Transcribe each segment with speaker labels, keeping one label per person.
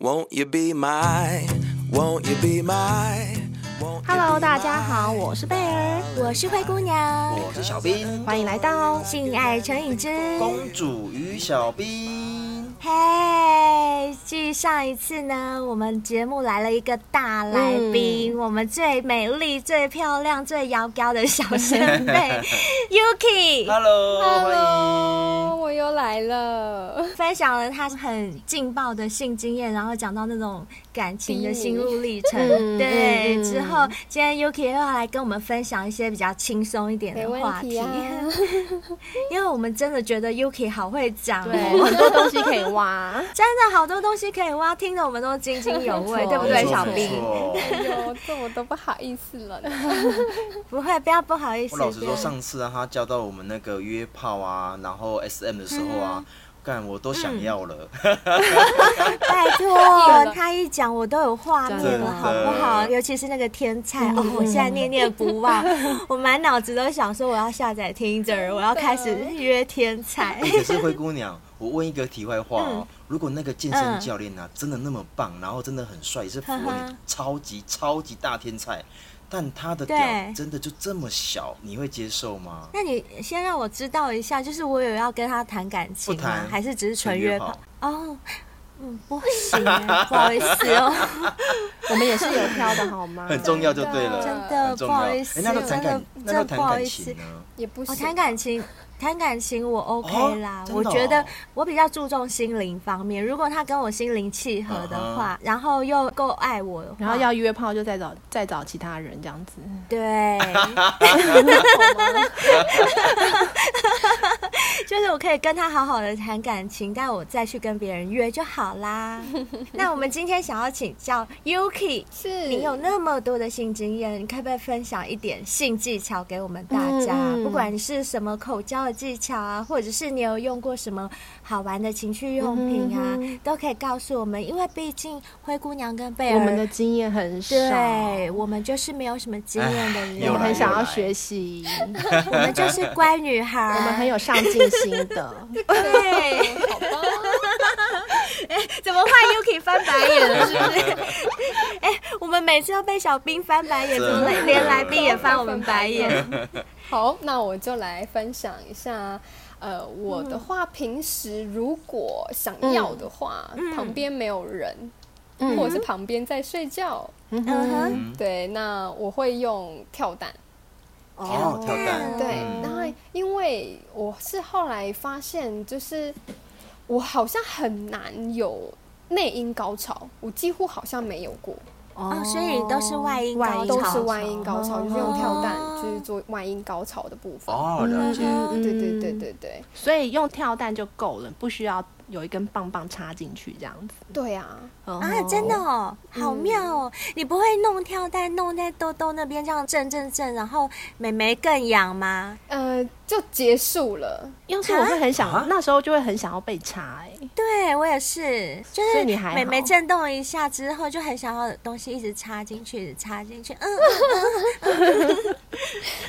Speaker 1: Won't you be my? Won't you be my? won't you
Speaker 2: Hello，
Speaker 1: be
Speaker 2: 大家
Speaker 1: my-
Speaker 2: 好，我是贝儿，
Speaker 3: 我是灰姑娘，
Speaker 4: 我是小兵，
Speaker 2: 欢迎来到
Speaker 3: 性爱成瘾之
Speaker 4: 公主与小兵。
Speaker 3: 嘿。继上一次呢，我们节目来了一个大来
Speaker 2: 嗯
Speaker 3: 宾，我们最美丽、最漂亮、最妖娇的小仙 妹 Yuki。
Speaker 4: Hello，欢迎。
Speaker 2: 我又来了，
Speaker 3: 分享了她很劲爆的性经验，然后讲到那种感情的心路历程。
Speaker 2: 嗯
Speaker 3: 对，
Speaker 2: 嗯嗯
Speaker 3: 之后今天 Yuki 又要来跟我们分享一些比较轻松一点
Speaker 2: 没
Speaker 3: 的
Speaker 2: 问
Speaker 3: 话
Speaker 2: 题
Speaker 3: 题，
Speaker 2: 啊，
Speaker 3: 因为我们真的觉得 Yuki 好会讲哦、
Speaker 2: 对，很多东西可以挖，
Speaker 3: 真的好多东西可以挖，听得我们都津津有味，
Speaker 2: 没错
Speaker 3: 对不
Speaker 4: 没
Speaker 3: 对，
Speaker 4: 错
Speaker 3: 小
Speaker 4: 没
Speaker 3: 兵？
Speaker 4: 错
Speaker 2: 哎呦，这我都不好意思了呢，
Speaker 3: 不会，不要不好意思。
Speaker 4: 我老实说，
Speaker 3: 对
Speaker 4: 上次啊，他教到我们那个约炮啊，然后 SM 的时候
Speaker 3: 嗯
Speaker 4: 啊，干我都想要了。
Speaker 3: 拜托，他一讲我都有画面
Speaker 4: 真
Speaker 3: 了，
Speaker 4: 的嗯
Speaker 3: 好不好？尤其是那个天菜哦，我现在念念不忘， 我满脑子都想说我要下载听着，我要开始约天菜。
Speaker 4: 哎可是灰姑娘，我问一个题外话
Speaker 3: 嗯
Speaker 4: 哦，如果那个健身教练啊，真的那么棒，然后真的很帅，也是符合
Speaker 3: 呵呵
Speaker 4: 你超级超级大天才，但他的屌
Speaker 3: 对
Speaker 4: 真的就这么小，你会接受吗？
Speaker 3: 那你先让我知道一下，就是我有要跟他谈感情
Speaker 4: 不
Speaker 3: 吗
Speaker 4: 谈？
Speaker 3: 还是只是纯
Speaker 4: 纯
Speaker 3: 约
Speaker 4: 约
Speaker 3: 炮
Speaker 4: 炮？
Speaker 3: 哦，嗯，不行，不好意思哦。
Speaker 2: 我们也是有挑的好吗？
Speaker 4: 很重要就对了，
Speaker 3: 真的
Speaker 4: 很重
Speaker 3: 呃不
Speaker 4: 要。
Speaker 3: 好意思
Speaker 4: 哎那都谈感，
Speaker 3: 真的
Speaker 4: 那都
Speaker 3: 真的
Speaker 4: 谈
Speaker 3: 不好
Speaker 4: 感
Speaker 3: 意
Speaker 4: 情呢？
Speaker 2: 也不
Speaker 3: 我
Speaker 2: 行，
Speaker 3: 谈感情，谈感情我 OK 啦，
Speaker 4: 真的
Speaker 3: 我
Speaker 4: 哦
Speaker 3: 觉得我比较注重心灵方面。如果他跟我心灵契合的
Speaker 4: 啊
Speaker 3: 话然后又够爱我的话，
Speaker 5: 然后要约炮就再找再找其他人这样子，
Speaker 3: 对，就是我可以跟他好好的谈感情，但我再去跟别人约就好 啦。那我们今天想要请教 Yuki，
Speaker 2: 是
Speaker 3: 你有那么多的性经验，你可不可以分享一点性技巧给我们大家？
Speaker 5: 嗯嗯
Speaker 3: 不管是什么口交的技巧啊，或者是你有用过什么好玩的情趣用品啊，
Speaker 5: 嗯哼嗯
Speaker 3: 都可以告诉我们，因为毕竟灰姑娘跟贝尔，
Speaker 5: 我们的经验很少，
Speaker 3: 对我们就是没有什么经验的
Speaker 4: 哎
Speaker 3: 人，
Speaker 5: 我
Speaker 4: 又
Speaker 5: 们
Speaker 4: 来
Speaker 5: 很想要
Speaker 4: 又来
Speaker 5: 学习，
Speaker 3: 我们就是乖女孩， 我
Speaker 5: 我们很有上进心 的。
Speaker 3: 对。哎
Speaker 2: 好吧，
Speaker 3: 怎么换 Yuki 翻白眼了？是不是？哎、我们每次都被小兵翻白眼，怎么
Speaker 4: 真的
Speaker 3: 连来宾也翻我们白眼？
Speaker 2: 好，那我就来分享一下。呃，我的话，平时如果想要的话，
Speaker 3: 嗯
Speaker 2: 旁边没有人，
Speaker 5: 嗯
Speaker 2: 或者是旁边在睡觉，
Speaker 5: 嗯
Speaker 3: 嗯哼
Speaker 5: 哼，
Speaker 4: 嗯
Speaker 2: 对，那我会用跳蛋。
Speaker 4: 哦，跳蛋，
Speaker 2: 对，
Speaker 4: 嗯
Speaker 2: 然后因为我是后来发现，就是我好像很难有内因高潮，我几乎好像没有过，
Speaker 3: 哦，所以都是外阴高
Speaker 2: 都
Speaker 3: 潮
Speaker 2: 是外阴高潮，就是用跳蛋，
Speaker 3: 哦
Speaker 2: 就是做外阴高潮的部分。
Speaker 4: 哦，了解，
Speaker 5: 嗯
Speaker 2: 对对对，对对，
Speaker 5: 所以用跳蛋就够了，不需要有一根棒棒插进去这样子。
Speaker 2: 对啊，
Speaker 3: 啊，真的哦，好妙哦！你不会弄跳蛋弄在兜兜那边这样震震震，然后美眉更痒吗？
Speaker 2: 呃，就结束了。
Speaker 5: 要是我会很
Speaker 4: 啊
Speaker 5: 想，那时候就会很想要被插，哎，
Speaker 3: 对我也是，就是
Speaker 5: 所以你还好
Speaker 3: 美眉震动一下之后，就很想要东西一直插进去，一直插进去，嗯嗯，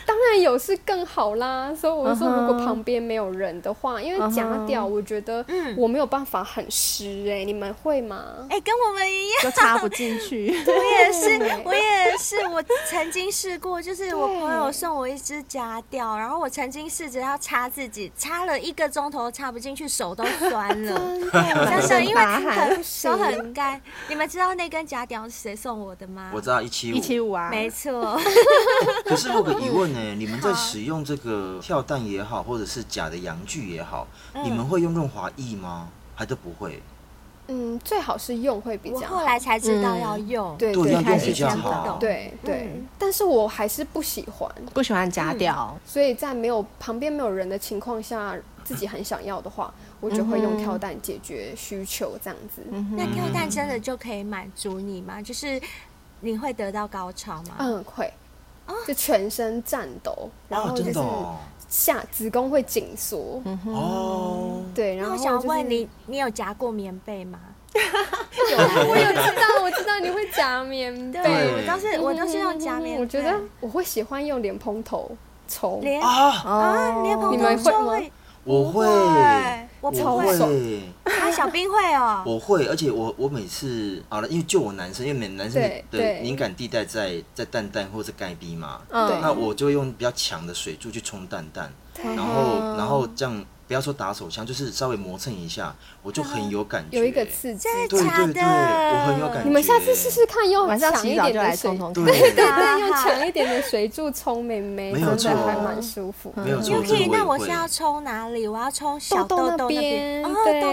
Speaker 2: 当然有是更好啦，所以我就说，
Speaker 5: 嗯哼
Speaker 2: 如果旁边没有人的话，因为
Speaker 5: 嗯
Speaker 2: 假
Speaker 5: 哼
Speaker 2: 屌，我觉得
Speaker 3: 嗯
Speaker 2: 我没有办法很湿哎、你们会吗？
Speaker 3: 哎、跟我们一样。
Speaker 5: 就插不进去。
Speaker 3: 我也 是，我也是，我曾经试过，就是我朋友送我一只假屌，然后我曾经试着要插自己，插了一个钟头插不进去，手都酸 了，真的，因为
Speaker 5: 发汗
Speaker 3: 很手很干。你们知道那根假屌是谁送我的吗？
Speaker 4: 我知 道一七
Speaker 5: 一七
Speaker 4: 五。
Speaker 5: 五啊，
Speaker 3: 没 错，
Speaker 4: 可是我有个疑问呢，你们在使用这个跳蛋也好，或者是假的阳具也好，你们会用润滑液吗？还都不会？
Speaker 2: 嗯，最好是用会比
Speaker 3: 我
Speaker 2: 较
Speaker 3: 后
Speaker 2: 好。
Speaker 3: 来才知道要用。
Speaker 2: 嗯对
Speaker 4: 对，要
Speaker 2: 对
Speaker 4: 用
Speaker 5: 开
Speaker 4: 比
Speaker 5: 始
Speaker 4: 较
Speaker 3: 听不
Speaker 4: 好哦
Speaker 3: 懂。
Speaker 2: 对对
Speaker 3: 嗯，
Speaker 2: 但是我还是不喜欢，
Speaker 5: 不喜欢假屌。
Speaker 2: 所以在没有旁边没有人的情况下，自己很想要的话，我就会用跳蛋解决需求这样子。嗯
Speaker 3: 那跳蛋真的就可以满足你吗？就是你会得到高潮吗？
Speaker 2: 会，就全身颤抖，然
Speaker 4: 哦，
Speaker 2: 后就
Speaker 4: 真的
Speaker 2: 是
Speaker 4: 哦，
Speaker 2: 下子宫会紧缩，
Speaker 4: 哦，
Speaker 2: 对，然
Speaker 3: 那我
Speaker 2: 后
Speaker 3: 想
Speaker 2: 就是
Speaker 3: 问你，你有夹过棉被吗？
Speaker 2: 我有知道，我知道你会夹棉被，
Speaker 3: 对，我都是我都是用夹
Speaker 2: 嗯
Speaker 3: 棉被。
Speaker 2: 我觉得我会喜欢用脸蓬头抽，
Speaker 3: 连
Speaker 4: 啊，
Speaker 3: 啊，
Speaker 5: 哦
Speaker 3: 连蓬
Speaker 2: 你们
Speaker 3: 头就
Speaker 2: 会吗
Speaker 3: 会
Speaker 4: 我会，
Speaker 3: 对我不
Speaker 4: 我
Speaker 2: 会
Speaker 3: 会，
Speaker 4: 会，
Speaker 3: 啊，小兵会哦。
Speaker 4: 我会，而且我我每次好了，因为就我男生，因为每男生
Speaker 2: 对
Speaker 4: 的
Speaker 2: 对
Speaker 4: 敏感地带在在蛋蛋或者盖逼嘛，
Speaker 2: 对嗯
Speaker 4: 那我就会用比较强的水柱去冲蛋蛋，
Speaker 2: 对
Speaker 4: 然后然后这样不要说打手枪，就是稍微磨蹭一下，我就很有感觉，
Speaker 2: 嗯有一个刺激。
Speaker 3: 真的
Speaker 4: 对
Speaker 3: 假的？
Speaker 4: 对对，我很有感觉。
Speaker 2: 你们下次试试看，用
Speaker 5: 晚上
Speaker 2: 强
Speaker 5: 洗
Speaker 2: 一
Speaker 5: 澡
Speaker 2: 点
Speaker 5: 就来
Speaker 2: 的水
Speaker 5: 冲，冲冲。
Speaker 4: 对
Speaker 2: 对 对，用
Speaker 3: 哈
Speaker 2: 强一点的水柱冲妹妹，
Speaker 4: 没
Speaker 2: 真
Speaker 4: 有
Speaker 2: 的
Speaker 4: 错
Speaker 2: 还蛮舒服。
Speaker 4: 没有错，这个
Speaker 3: Yuki，
Speaker 4: 也
Speaker 3: 那我
Speaker 4: 会
Speaker 3: 是要抽哪里？我要抽小
Speaker 2: 豆
Speaker 3: 豆
Speaker 2: 那
Speaker 3: 豆
Speaker 2: 边，
Speaker 3: 哦，豆豆。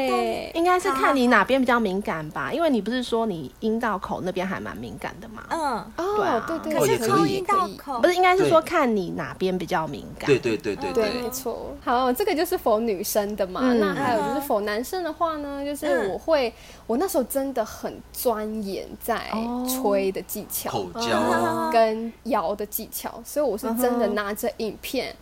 Speaker 2: 对，
Speaker 5: 应该是看你哪边比较敏感吧，因为你不是说你阴道口那边还蛮敏感的吗？
Speaker 3: 嗯，
Speaker 5: 对
Speaker 2: 哦
Speaker 5: 啊，
Speaker 2: 对对，
Speaker 4: 哦
Speaker 3: 可
Speaker 4: 也
Speaker 3: 是
Speaker 2: 可
Speaker 4: 可
Speaker 2: 以
Speaker 3: 抽
Speaker 4: 以
Speaker 3: 阴
Speaker 2: 可
Speaker 3: 道
Speaker 2: 以
Speaker 3: 口
Speaker 5: 不是，应该是
Speaker 4: 对
Speaker 5: 说看你哪边比较敏感。
Speaker 4: 对对对对
Speaker 2: 嗯对，
Speaker 4: 对
Speaker 2: 没错。好，这个就是否女生的嘛。
Speaker 5: 嗯
Speaker 2: 那还有就是否男生的话呢，就是
Speaker 3: 嗯
Speaker 2: 我会，我那时候真的很钻研在
Speaker 5: 哦
Speaker 2: 吹的技巧、
Speaker 4: 口
Speaker 3: 啊
Speaker 4: 交，
Speaker 2: 跟摇的技巧，所以我是真的
Speaker 5: 嗯哼
Speaker 2: 拿着影片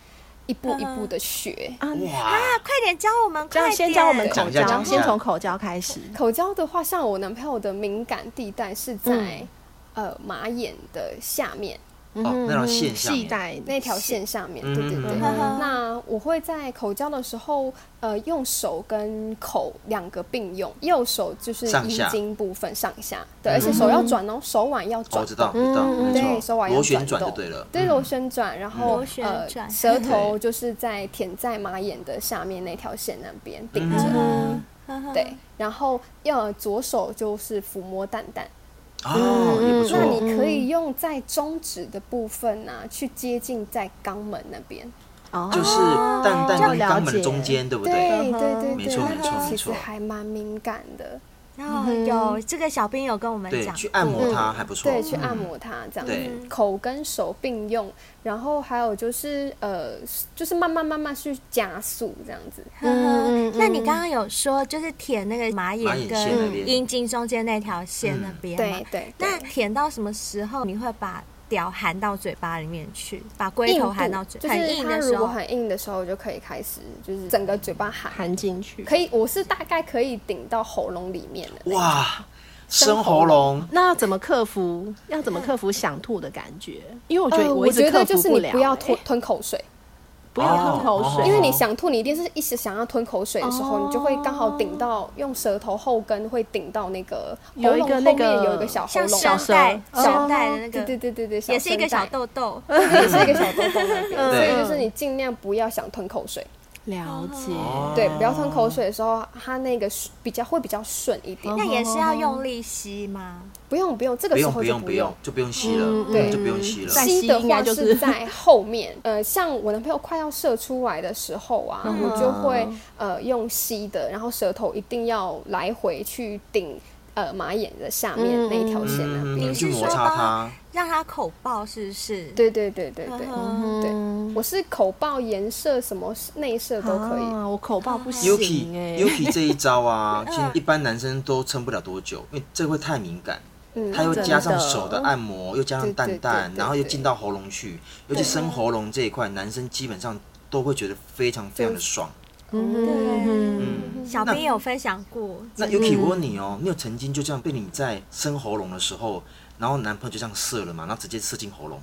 Speaker 2: 一步一步的学。
Speaker 5: 啊，
Speaker 4: 哇，
Speaker 3: 啊，快点教我们，
Speaker 5: 这样
Speaker 3: 快
Speaker 5: 先
Speaker 3: 点
Speaker 5: 教我们口
Speaker 4: 讲一下
Speaker 5: 交，
Speaker 4: 讲一下
Speaker 5: 先从口交开始。
Speaker 2: 口交的话，像我男朋友的敏感地带是在、
Speaker 5: 嗯
Speaker 2: 呃马眼的下面
Speaker 5: 嗯
Speaker 4: 哦那条线下面
Speaker 5: 系带
Speaker 2: 那条线上面，
Speaker 4: 嗯
Speaker 2: 对对对。
Speaker 5: 嗯
Speaker 3: 嗯
Speaker 2: 那我会在口交的时候，呃，用手跟口两个并用，右手就是
Speaker 4: 上
Speaker 2: 阴
Speaker 4: 下嗯
Speaker 2: 茎部分上下，对，而且手要转哦，手腕要
Speaker 4: 哦，
Speaker 2: 转
Speaker 4: 我知道，
Speaker 2: 动
Speaker 4: 我知道，没
Speaker 5: 嗯
Speaker 2: 对，
Speaker 4: 错，
Speaker 2: 手腕要
Speaker 4: 螺旋
Speaker 2: 转
Speaker 4: 转就
Speaker 2: 动，
Speaker 4: 对了，嗯
Speaker 2: 对，螺旋转，然后
Speaker 3: 螺旋
Speaker 2: 呃
Speaker 3: 转，
Speaker 2: 舌头就是在舔在马眼的下面那条线那边顶着，
Speaker 4: 嗯，
Speaker 2: 对，然后要左手就是抚摸蛋蛋，
Speaker 4: 哦，也不
Speaker 5: 嗯
Speaker 4: 错
Speaker 2: 那，你可以用在中指的部分呢、去接近在肛门那边，
Speaker 5: 哦，
Speaker 4: 就是蛋蛋跟肛门的中间，对不对？
Speaker 2: 对对对
Speaker 4: 没
Speaker 2: 对，
Speaker 4: 错没
Speaker 2: 嗯那
Speaker 4: 错
Speaker 2: 个
Speaker 4: 没
Speaker 2: 其实
Speaker 4: 错
Speaker 2: 还蛮敏感的，嗯
Speaker 3: 哦，有这个小兵有跟我们
Speaker 4: 对，
Speaker 3: 讲，
Speaker 4: 去按摩它还不错，嗯
Speaker 2: 对，去按摩它这样
Speaker 4: 对
Speaker 2: 子，口跟手并用，然后还有就是呃，就是慢慢慢慢去加速这样子，
Speaker 5: 嗯嗯嗯
Speaker 3: 那你刚刚有说就是舔那个马
Speaker 4: 马眼
Speaker 3: 眼
Speaker 4: 线那边
Speaker 3: 跟阴茎中间那条线那边嘛
Speaker 2: 对对对
Speaker 3: 那舔到什么时候你会把屌含到嘴巴里面去，把龟
Speaker 2: 硬
Speaker 3: 头
Speaker 2: 度
Speaker 3: 含到嘴，
Speaker 2: 就
Speaker 3: 很
Speaker 2: 是
Speaker 3: 硬
Speaker 2: 它
Speaker 3: 的
Speaker 2: 如
Speaker 3: 时
Speaker 2: 果
Speaker 3: 候，
Speaker 2: 很硬的时候，就可以开始就是整个嘴巴喊，
Speaker 5: 含进去，
Speaker 2: 可以，我是大概可以顶到喉咙里面的。
Speaker 4: 哇，生喉咙，
Speaker 5: 那要怎么克服？要怎么克服想吐的感觉？因为我觉得
Speaker 2: 呃
Speaker 5: 一直
Speaker 2: 觉
Speaker 5: 克
Speaker 2: 得就
Speaker 5: 服
Speaker 2: 是
Speaker 5: 不
Speaker 2: 你
Speaker 5: 了、
Speaker 2: 不要
Speaker 5: 欸
Speaker 2: 吞吞口水，
Speaker 5: 不要吞口
Speaker 4: 哦
Speaker 5: 水，
Speaker 2: 因为你想吐，你一定是一直想要吞口水的时
Speaker 5: 哦
Speaker 2: 候，你就会刚好顶到，用舌头后根会顶到那个喉
Speaker 5: 有一
Speaker 2: 咙
Speaker 5: 个
Speaker 2: 后
Speaker 5: 那
Speaker 2: 面
Speaker 5: 个
Speaker 2: 有一个小喉
Speaker 3: 像
Speaker 2: 咙，哦
Speaker 3: 声
Speaker 5: 舌
Speaker 3: 带、
Speaker 5: 小
Speaker 3: 声带的那
Speaker 2: 对
Speaker 3: 个，
Speaker 2: 对对对对，
Speaker 3: 也是一个小嗯
Speaker 2: 声带，嗯
Speaker 3: 豆豆。
Speaker 2: 对也是一个小豆豆那边，所以
Speaker 4: 对
Speaker 2: 就是你尽量不要想吞口水，
Speaker 5: 了解，
Speaker 4: 哦
Speaker 2: 对，不要吞口水的时候，它那个比较会比较顺一点
Speaker 5: 嗯。
Speaker 3: 那也是要用力吸吗？
Speaker 2: 不用不用，这个
Speaker 4: 不
Speaker 2: 时
Speaker 4: 用
Speaker 2: 候
Speaker 4: 不
Speaker 2: 就
Speaker 4: 用不用，就不用吸了，嗯
Speaker 2: 对
Speaker 4: 就不用吸了，
Speaker 5: 在
Speaker 2: 吸的
Speaker 5: 应该
Speaker 2: 话
Speaker 5: 就是
Speaker 2: 是在后面，呃，像我男朋友快要射出来的时候啊，我就会呃用吸的，然后舌头一定要来回去顶呃马眼的下面
Speaker 5: 嗯
Speaker 2: 那一条线那边。
Speaker 4: 嗯，
Speaker 3: 你
Speaker 4: 去
Speaker 3: 是
Speaker 4: 摩
Speaker 3: 说
Speaker 4: 擦它
Speaker 3: 帮，让它口爆是不是？
Speaker 2: 对对对对对，
Speaker 3: 嗯
Speaker 2: 对
Speaker 5: 嗯
Speaker 2: 我是口爆、颜射、什么内射都可以。
Speaker 5: 啊我口爆不行
Speaker 4: Yuki
Speaker 5: 哎、
Speaker 4: Yuki 这一招啊，
Speaker 3: 嗯
Speaker 4: 其实一般男生都撑不了多久，因为这会太敏感。
Speaker 2: 嗯
Speaker 4: 它又加上
Speaker 5: 真的
Speaker 4: 手的按摩，又加上蛋
Speaker 2: 对对
Speaker 4: 蛋
Speaker 2: 对，对
Speaker 4: 然后又进到喉咙去，尤其生喉咙这一块，男生基本上都会觉得非常非常的爽。
Speaker 5: 嗯
Speaker 4: 嗯，
Speaker 3: 小兵有分享过，
Speaker 4: 那 Yuki，我问你哦，你有曾经就这样被你在生喉咙的时候，然后男朋友就这样射了嘛，然后直接射进喉咙？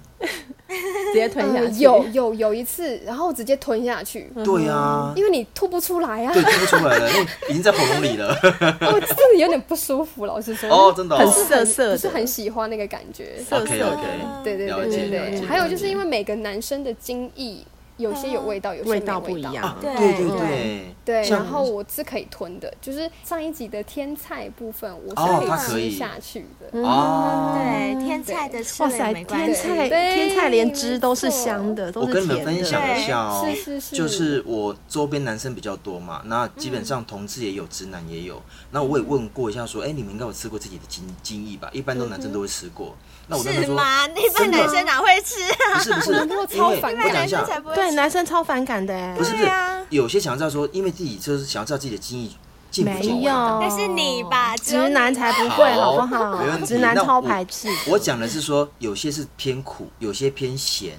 Speaker 5: 直接吞下
Speaker 2: 呃
Speaker 5: 去，
Speaker 2: 有有有一次，然后直接吞下去，
Speaker 4: 对啊，
Speaker 2: 因为你吐不出来啊
Speaker 4: 对，，听不出来了，因为已经在喉咙里了。
Speaker 2: 我真的有点不舒服，老实说。
Speaker 4: 哦，真的
Speaker 5: 很
Speaker 4: 哦。
Speaker 5: 涩涩的，
Speaker 2: 不是很喜欢那个感觉，
Speaker 5: 涩涩
Speaker 4: OK
Speaker 5: 的
Speaker 4: OK，
Speaker 2: 对对
Speaker 4: 了
Speaker 2: 对
Speaker 4: 解
Speaker 2: 对
Speaker 4: 了解
Speaker 2: 对，还有就是
Speaker 4: 了解
Speaker 2: 因为每个男生的精液有些有味道，有些没
Speaker 5: 嗯味道不一样。
Speaker 3: 对
Speaker 4: 对对对，
Speaker 2: 对，
Speaker 4: 像
Speaker 2: 然后我是可以吞的，就是上一集的天菜部分，我
Speaker 4: 哦它
Speaker 2: 是
Speaker 4: 可以
Speaker 2: 吃下去的。
Speaker 5: 嗯
Speaker 4: 哦，
Speaker 2: 嗯
Speaker 3: 对天菜的吃
Speaker 5: 哇
Speaker 3: 了也
Speaker 5: 塞，
Speaker 3: 没关
Speaker 5: 天
Speaker 3: 系，
Speaker 5: 菜
Speaker 2: 对
Speaker 5: 天菜连汁都是香的，
Speaker 4: 我
Speaker 5: 都
Speaker 4: 跟
Speaker 5: 是
Speaker 4: 你们
Speaker 5: 甜的。
Speaker 4: 分享一下哦，
Speaker 2: 对是是是
Speaker 4: 就是我周边男生比较多嘛，那基本上同志也有，直男也有。那我也问过一下，说，哎、你们应该有吃过自己的精精液吧？一般都男生都会吃过。那我跟他
Speaker 3: 是
Speaker 4: 说，
Speaker 3: 吗？那般男生哪会吃？
Speaker 4: 不是不是，
Speaker 2: 男朋友
Speaker 4: 因
Speaker 2: 超
Speaker 4: 为
Speaker 2: 反
Speaker 4: 我
Speaker 2: 感
Speaker 4: 讲
Speaker 3: 男
Speaker 4: 一
Speaker 3: 生
Speaker 4: 下，
Speaker 3: 才不会
Speaker 5: 对
Speaker 3: 吃。
Speaker 5: 男生超反感的哎
Speaker 4: 不，是不是，
Speaker 3: 对啊
Speaker 4: 有些想要知道说，因为自己就是想要知道自己的精液进不进
Speaker 5: 欸没
Speaker 4: 味道。
Speaker 5: 有，
Speaker 3: 但是你
Speaker 2: 哦
Speaker 3: 吧只有
Speaker 5: 直
Speaker 3: 你
Speaker 5: 男才不会，好
Speaker 4: 好
Speaker 5: 不
Speaker 4: 没问
Speaker 5: 好？
Speaker 4: 题
Speaker 5: 直男
Speaker 4: 那
Speaker 5: 超
Speaker 4: 我
Speaker 5: 排斥的。
Speaker 4: 我讲的是说，有些是偏苦，有些偏咸，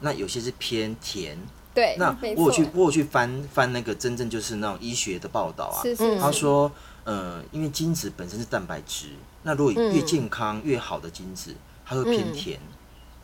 Speaker 4: 那有些是偏甜。
Speaker 2: 对，
Speaker 4: 那
Speaker 2: 没
Speaker 4: 我有
Speaker 2: 错，
Speaker 4: 去我有去翻翻那个真正就是那种医学的报道啊，
Speaker 2: 是
Speaker 5: 嗯
Speaker 2: 是
Speaker 4: 他
Speaker 2: 是，
Speaker 4: 说，呃，因为精子本身是蛋白质，那如果
Speaker 5: 嗯
Speaker 4: 越健康越好的精子，它会偏甜。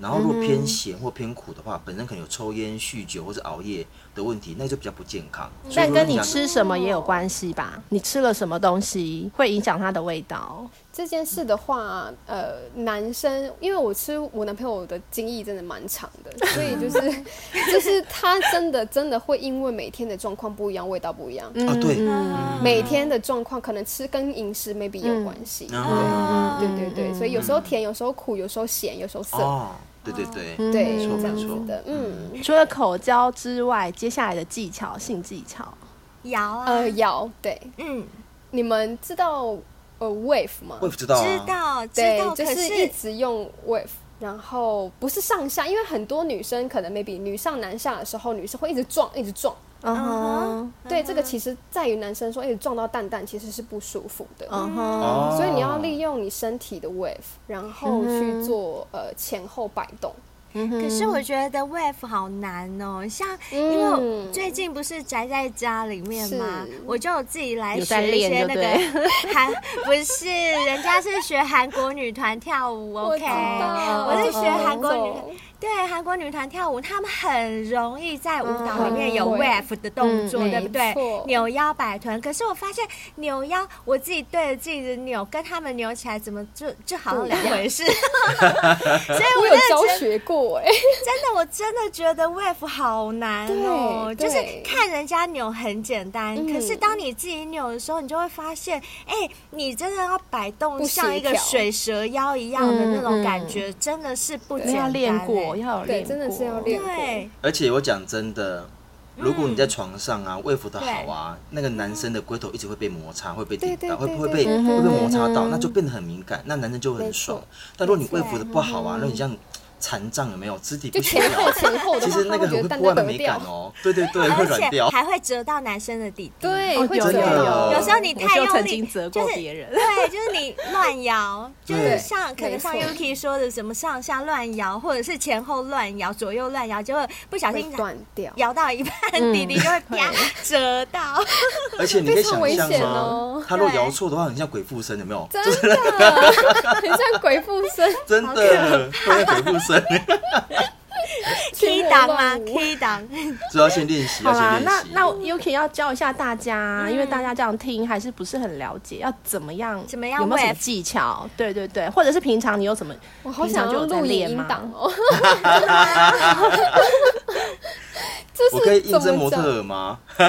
Speaker 4: 然后如果偏咸或偏苦的话，本身可能有抽烟、酗酒或者熬夜的问题，那就比较不健康。所以
Speaker 5: 但
Speaker 4: 说
Speaker 5: 跟你
Speaker 4: 讲
Speaker 5: 吃什么也有关系吧？你吃了什么东西会影响它的味道？
Speaker 4: 啊
Speaker 2: 这件事的话，呃，男生因为我吃我男朋友的精液真的蛮长 的，所以就是 就是他真的真的会因为每天的状况不一样，味道不一样，
Speaker 5: 嗯
Speaker 4: 啊，对，
Speaker 2: 每天的状况可能吃跟饮食 maybe 有关系。
Speaker 4: 然后
Speaker 2: 嗯对对对，所以有时候甜，有时候苦，有时候咸，有时候涩，
Speaker 4: 嗯哦，对对对，
Speaker 2: 对，
Speaker 4: 没错
Speaker 2: 这样
Speaker 4: 没
Speaker 2: 子
Speaker 4: 错。
Speaker 2: 的，嗯，
Speaker 5: 除了口交之外，接下来的技巧，性技巧，
Speaker 3: 摇啊，
Speaker 2: 呃，咬，对，
Speaker 3: 嗯，
Speaker 2: 你们知道呃 wave 吗
Speaker 4: 我？也不知道
Speaker 3: 知
Speaker 4: 啊，
Speaker 3: 道知
Speaker 2: 对
Speaker 3: 道，，
Speaker 2: 就
Speaker 3: 可
Speaker 2: 一直用 wave，然后不是上下，因为很多女生可能 maybe 女上男下的时候，女生会一直撞，一直撞。
Speaker 5: 嗯
Speaker 3: 哼
Speaker 5: 哼，
Speaker 2: 对，
Speaker 3: 嗯
Speaker 2: 这个其实在于男生说，一直撞到蛋蛋其实是不舒服的。
Speaker 5: 嗯哼，
Speaker 4: 哦，嗯
Speaker 2: 所以你要利用你身体的 wave，然后去做、呃前后摆动。
Speaker 5: 嗯
Speaker 3: 可是我觉得 wave 好难哦，像因
Speaker 2: 嗯
Speaker 3: 为我最近不是宅在家里面嘛
Speaker 2: 是，
Speaker 3: 我就有自己来
Speaker 5: 有在
Speaker 3: 学一些
Speaker 5: 练
Speaker 3: 那
Speaker 5: 就
Speaker 3: 个 韩，不是人家是学韩国女团跳舞，OK，我是学
Speaker 5: 哦
Speaker 3: 韩国女团。对韩国女团跳舞，她们很容易在舞蹈里面有
Speaker 2: 嗯
Speaker 3: wave 的动作，
Speaker 5: 嗯
Speaker 3: 对不
Speaker 2: 没
Speaker 3: 对
Speaker 2: 错？
Speaker 3: 扭腰摆臀。可是我发现扭腰，我自己对着自己的扭，跟她们扭起来怎么就就好像两 回事。所以
Speaker 2: 哎我
Speaker 3: 我
Speaker 2: 有
Speaker 3: 真的
Speaker 2: 教
Speaker 3: 觉得
Speaker 2: 学过 哎、
Speaker 3: 真的，我真的觉得 wave 好难哦，
Speaker 2: 对
Speaker 3: 就是
Speaker 2: 对
Speaker 3: 看人家扭很简单，
Speaker 2: 嗯
Speaker 3: 可是当你自己扭的时候，你就会发现，哎、你真的要摆动
Speaker 2: 不协调
Speaker 3: 像一个水蛇腰一样的那种
Speaker 5: 嗯嗯
Speaker 3: 感觉，真的是不简单、
Speaker 5: 要练过，
Speaker 3: 哎
Speaker 5: 要有
Speaker 2: 对
Speaker 5: 练过，
Speaker 2: 真的是要练过
Speaker 3: 对，
Speaker 4: 而且我讲真的，
Speaker 2: 嗯
Speaker 4: 如果你在床上啊，胃服的好啊，那个男生的龟头一直会被摩擦，会被顶
Speaker 2: 对对
Speaker 4: 到，会
Speaker 2: 对
Speaker 4: 会
Speaker 2: 对
Speaker 4: 被
Speaker 2: 对对嗯
Speaker 4: 会被摩擦到，那就变得很敏感，那男生就会
Speaker 2: 没
Speaker 4: 很
Speaker 2: 错
Speaker 4: 爽。但如果你胃服的不好啊，那你像残障有没有肢体
Speaker 2: 就
Speaker 4: 不协
Speaker 2: 前后
Speaker 4: 调？
Speaker 2: 前后的
Speaker 4: 其
Speaker 2: 话，
Speaker 4: 实那
Speaker 2: 他
Speaker 4: 个
Speaker 2: 会觉
Speaker 4: 很
Speaker 2: 得
Speaker 4: 会
Speaker 2: 蛋
Speaker 4: 破
Speaker 2: 蛋
Speaker 4: 坏
Speaker 2: 抖
Speaker 4: 美
Speaker 2: 掉
Speaker 4: 感。哦，对对 对，
Speaker 3: 而
Speaker 4: 会软
Speaker 3: 且
Speaker 4: 掉。
Speaker 3: 还会折到男生的底。
Speaker 2: 对，
Speaker 5: 哦
Speaker 2: 会
Speaker 5: 有
Speaker 2: 折
Speaker 4: 真
Speaker 2: 到
Speaker 4: 的
Speaker 3: 有时候你
Speaker 5: 我
Speaker 3: 太
Speaker 5: 就
Speaker 3: 用
Speaker 5: 曾
Speaker 3: 力，
Speaker 5: 经责过
Speaker 3: 就是
Speaker 5: 别人
Speaker 3: 对，就是你乱摇，就是
Speaker 4: 对
Speaker 3: 像可能像
Speaker 2: 没错
Speaker 3: Yuki 说的什么上下乱摇，或者是前后乱摇、左右乱摇，结果不小
Speaker 2: 会
Speaker 3: 心
Speaker 2: 断掉，嗯
Speaker 3: 摇到一半， 弟弟就会啪折到。
Speaker 4: 而且你可以想
Speaker 2: 非
Speaker 4: 象
Speaker 2: 常危险
Speaker 4: 吗
Speaker 2: 哦？
Speaker 4: 他如果
Speaker 3: 对
Speaker 4: 摇错的话，很像鬼附身，有没有？
Speaker 2: 真的 很像鬼附身，
Speaker 4: 真的会像鬼附身，
Speaker 3: K
Speaker 2: 天
Speaker 3: 档
Speaker 2: 魔
Speaker 3: 吗
Speaker 2: 乱舞
Speaker 3: ？K 档，
Speaker 4: 所以要先练习，
Speaker 5: 好
Speaker 4: 要
Speaker 5: 啦
Speaker 4: 先，练
Speaker 5: 那
Speaker 4: 习。
Speaker 5: 那 Yuki 要教一下大家，
Speaker 2: 嗯
Speaker 5: 因为大家这样听还是不是很了解，要怎么样？
Speaker 3: 怎么样
Speaker 5: 有没有什么
Speaker 3: wave
Speaker 5: 技巧？对对对，或者是平常你有什么？
Speaker 2: 我好想要
Speaker 5: 平常就有
Speaker 2: 录
Speaker 5: 在
Speaker 2: 影
Speaker 5: 练
Speaker 2: 音档
Speaker 5: 吗？
Speaker 2: 哦。
Speaker 4: 我
Speaker 2: 这
Speaker 4: 可以
Speaker 2: 是
Speaker 4: 应
Speaker 2: 怎
Speaker 4: 征模
Speaker 2: 么
Speaker 4: 特
Speaker 2: 讲？
Speaker 4: 儿吗？
Speaker 2: 就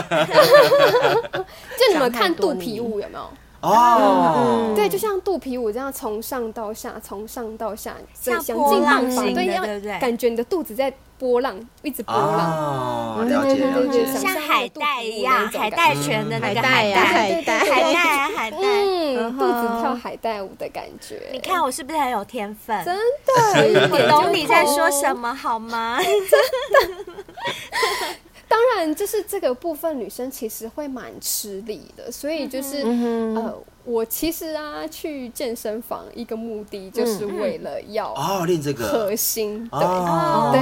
Speaker 2: 你
Speaker 5: 想
Speaker 2: 们
Speaker 5: 太
Speaker 2: 看
Speaker 5: 多
Speaker 2: 肚
Speaker 5: 你
Speaker 2: 皮舞有没有？嗯
Speaker 4: 哦，
Speaker 2: 对，就像肚皮舞这样，从上到下，从上到下，
Speaker 3: 像
Speaker 2: 像
Speaker 3: 波
Speaker 2: 劲
Speaker 3: 浪
Speaker 2: 棒法，
Speaker 3: 型的
Speaker 2: 对，让
Speaker 3: 对不对
Speaker 2: 感觉你的肚子在波浪，一直波浪。
Speaker 4: 哦，了解
Speaker 2: 对
Speaker 4: 了
Speaker 2: 对
Speaker 4: 解。
Speaker 3: 像海带一样，海带啊拳的那个
Speaker 5: 海带呀
Speaker 3: 海
Speaker 5: 海带
Speaker 3: 海带啊，海带。
Speaker 2: 嗯，肚子跳海带舞的感觉。
Speaker 3: 你看我是不是很有天分？
Speaker 2: 真的，一点
Speaker 3: 我
Speaker 2: 就
Speaker 3: 懂你在说什
Speaker 2: 通。
Speaker 3: 么好吗？
Speaker 2: 当然，就是这个部分，女生其实会蛮吃力的，所
Speaker 3: 嗯
Speaker 2: 以就是
Speaker 4: 嗯
Speaker 5: 嗯
Speaker 2: 呃，我其实啊去健身房一个目的就是为了要
Speaker 4: 哦，练这
Speaker 2: 核
Speaker 4: 个
Speaker 2: 心，对
Speaker 4: 哦，
Speaker 2: 对，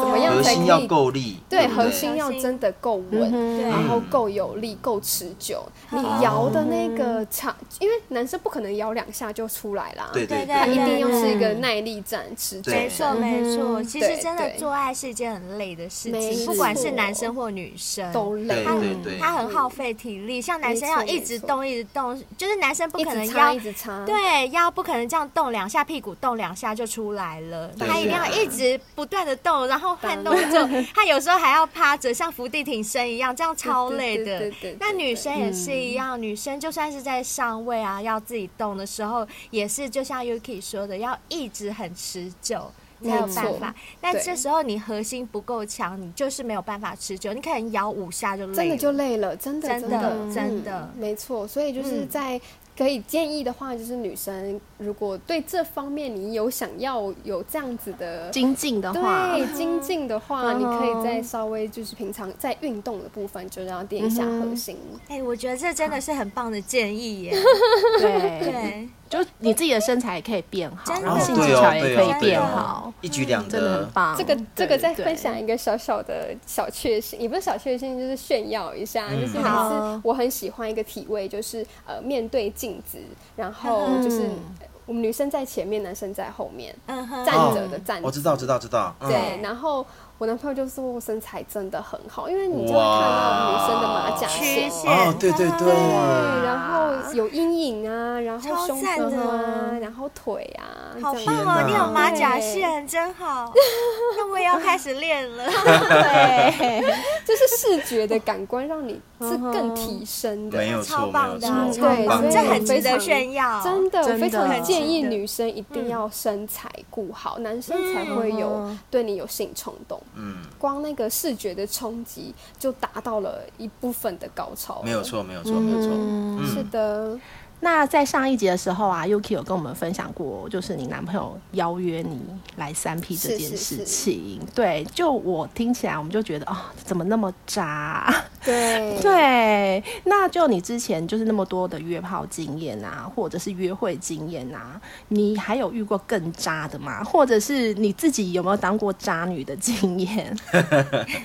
Speaker 2: 怎么样
Speaker 4: 核
Speaker 2: 才
Speaker 4: 心要
Speaker 2: 可以
Speaker 4: 够嗯力，
Speaker 2: 对，
Speaker 4: 不
Speaker 2: 核心要
Speaker 3: 核心
Speaker 2: 真的够稳，
Speaker 3: 对
Speaker 2: 然后够有力、够持久。你摇的那
Speaker 3: 嗯
Speaker 2: 个长，因为男生不可能摇两下就出来啦，
Speaker 4: 对对
Speaker 2: 他
Speaker 3: 对
Speaker 2: 一定要是一个
Speaker 5: 嗯
Speaker 2: 耐力战、持久
Speaker 4: 对
Speaker 3: 没错
Speaker 2: 战，
Speaker 3: 没错，其实
Speaker 2: 对
Speaker 3: 真的
Speaker 2: 对
Speaker 3: 做爱是一件很累的事
Speaker 2: 没
Speaker 3: 情，
Speaker 2: 错
Speaker 3: 不管是男生或女生。
Speaker 2: 都
Speaker 4: 对
Speaker 2: 累。
Speaker 4: 对对，
Speaker 3: 它很耗费体力，像男生
Speaker 2: 嗯没
Speaker 3: 要
Speaker 2: 错
Speaker 3: 一直
Speaker 2: 没错
Speaker 3: 动一直动，就是男生不
Speaker 2: 一
Speaker 3: 可
Speaker 2: 直
Speaker 3: 能
Speaker 2: 擦，
Speaker 3: 腰
Speaker 2: 一直擦，
Speaker 3: 对，腰不可能这样动两下，屁股动两下就出来了，
Speaker 4: 对
Speaker 3: 他一定要
Speaker 4: 是啊
Speaker 3: 一直不断的动，然后换动作，他有时候还要趴着，像伏地挺身一样，这样超累
Speaker 2: 对
Speaker 3: 的
Speaker 2: 对对对对。
Speaker 3: 那女生也
Speaker 4: 嗯
Speaker 3: 是一样，女生就算是在上位啊，要自己动的时候，也是就像 Yuki 说的，要一直很持久。才有
Speaker 2: 没
Speaker 3: 办
Speaker 2: 错
Speaker 3: 法，那
Speaker 2: 对
Speaker 3: 这时候你核心不够强，你就是没有办法持久，你可能摇五下就累了，
Speaker 2: 真的就累了，真的
Speaker 3: 真的
Speaker 2: 的
Speaker 3: 真的
Speaker 2: 嗯没错。所以就是
Speaker 3: 嗯
Speaker 2: 在可以建议的话，就是女生如果对这方面你有想要有这样子的
Speaker 5: 精进的话，
Speaker 2: 对，精进的话，
Speaker 5: 嗯
Speaker 2: 你可
Speaker 5: 哼
Speaker 2: 以再稍微就是平常在运动的部分，就要练一下核心。
Speaker 3: 哎、我觉得这真的是很棒的建议 耶，
Speaker 5: 对，
Speaker 3: 对。
Speaker 5: 就你自己的身材也可以变好，
Speaker 3: 真的
Speaker 5: 然后性
Speaker 4: 对
Speaker 5: 技
Speaker 4: 哦
Speaker 5: 巧也
Speaker 4: 对
Speaker 5: 可
Speaker 4: 哦
Speaker 5: 以
Speaker 4: 对
Speaker 5: 变
Speaker 4: 哦
Speaker 5: 好，
Speaker 4: 一举两
Speaker 5: 真的
Speaker 4: 得
Speaker 5: 很。棒。
Speaker 2: 这个这个再
Speaker 5: 对
Speaker 2: 分享一个小小的小确幸，也不是小确幸，就是炫耀一下，就是每
Speaker 3: 好
Speaker 2: 次我很喜欢一个体位，就是呃面对镜子，然后就是。呃我们女生在前面，男生在后面，
Speaker 3: 嗯哼，
Speaker 2: 站
Speaker 4: 哦
Speaker 2: 着的站
Speaker 4: 我
Speaker 2: 着。
Speaker 4: 知道，知道，知道。嗯、
Speaker 2: 对，然后我男朋友就说身材真的很好，因为你就会看到女生的马甲
Speaker 3: 曲
Speaker 2: 线，
Speaker 3: 线
Speaker 4: 哦，对对对，
Speaker 2: 对，然后有阴影啊，然
Speaker 3: 超
Speaker 2: 后胸
Speaker 3: 赞
Speaker 2: 部啊
Speaker 3: 的，
Speaker 2: 然后腿啊，
Speaker 3: 好
Speaker 2: 这
Speaker 3: 棒
Speaker 2: 样
Speaker 4: 天
Speaker 3: 哦！
Speaker 4: 哪
Speaker 3: 你有马甲线，真 好。那我也要开始练了。对，
Speaker 2: 就是视觉的感官让你是更提升的。
Speaker 4: 没有错，
Speaker 3: 超
Speaker 4: 没有
Speaker 3: 棒的啊，
Speaker 4: 错，
Speaker 2: 超嗯对棒
Speaker 4: 棒
Speaker 2: 的
Speaker 3: 这
Speaker 2: 所以
Speaker 3: 很值
Speaker 2: 非
Speaker 3: 得
Speaker 2: 常
Speaker 3: 炫耀。
Speaker 2: 真的，我
Speaker 5: 真
Speaker 2: 非
Speaker 5: 的
Speaker 2: 常建议
Speaker 3: 哦真的
Speaker 2: 女生一定要身材顾好，男生才会有
Speaker 3: 嗯
Speaker 2: 对你有性冲动。
Speaker 4: 嗯，
Speaker 2: 光那个视觉的冲击就达到了一部分的高潮。
Speaker 4: 没有。错，没有错，没有错。嗯，
Speaker 2: 是的，
Speaker 5: 那在上一集的时候啊，Yuki 有跟我们分享过，就是你男朋友邀约你来三 P 这件事情。对，就我听起来，我们就觉得哦，怎么那么渣 啊、
Speaker 2: 对，
Speaker 5: 对，那就你之前就是那么多的约炮经验啊，或者是约会经验啊，你还有遇过更渣的吗？或者是你自己有没有当过渣女的经验？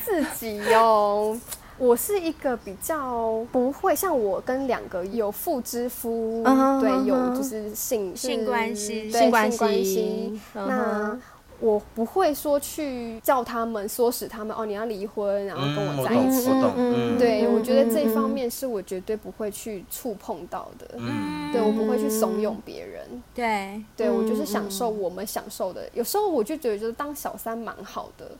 Speaker 2: 自己哦。我是一个比较不会像我跟两个有妇之夫
Speaker 5: 嗯哼
Speaker 2: 对
Speaker 5: 嗯哼
Speaker 2: 有就是性
Speaker 3: 性关系
Speaker 2: 对
Speaker 5: 性
Speaker 2: 性
Speaker 5: 关
Speaker 2: 关
Speaker 5: 系
Speaker 2: 系。
Speaker 5: 嗯
Speaker 2: 那
Speaker 5: 哼
Speaker 2: 我不会说去叫他们唆使他们哦，你要离婚，然后跟
Speaker 4: 嗯，
Speaker 2: 我
Speaker 4: 我
Speaker 2: 在一
Speaker 4: 懂，
Speaker 2: 起。
Speaker 4: 我懂，嗯，
Speaker 2: 对，
Speaker 5: 嗯
Speaker 2: 我觉得这一方
Speaker 5: 嗯嗯
Speaker 2: 面是我绝对不会去触碰到的。
Speaker 4: 嗯，
Speaker 2: 对我不会去怂恿别人。
Speaker 3: 对，
Speaker 2: 对我就是
Speaker 5: 嗯
Speaker 2: 享受我们享受的。有时候我就觉得，就是当小三蛮好的。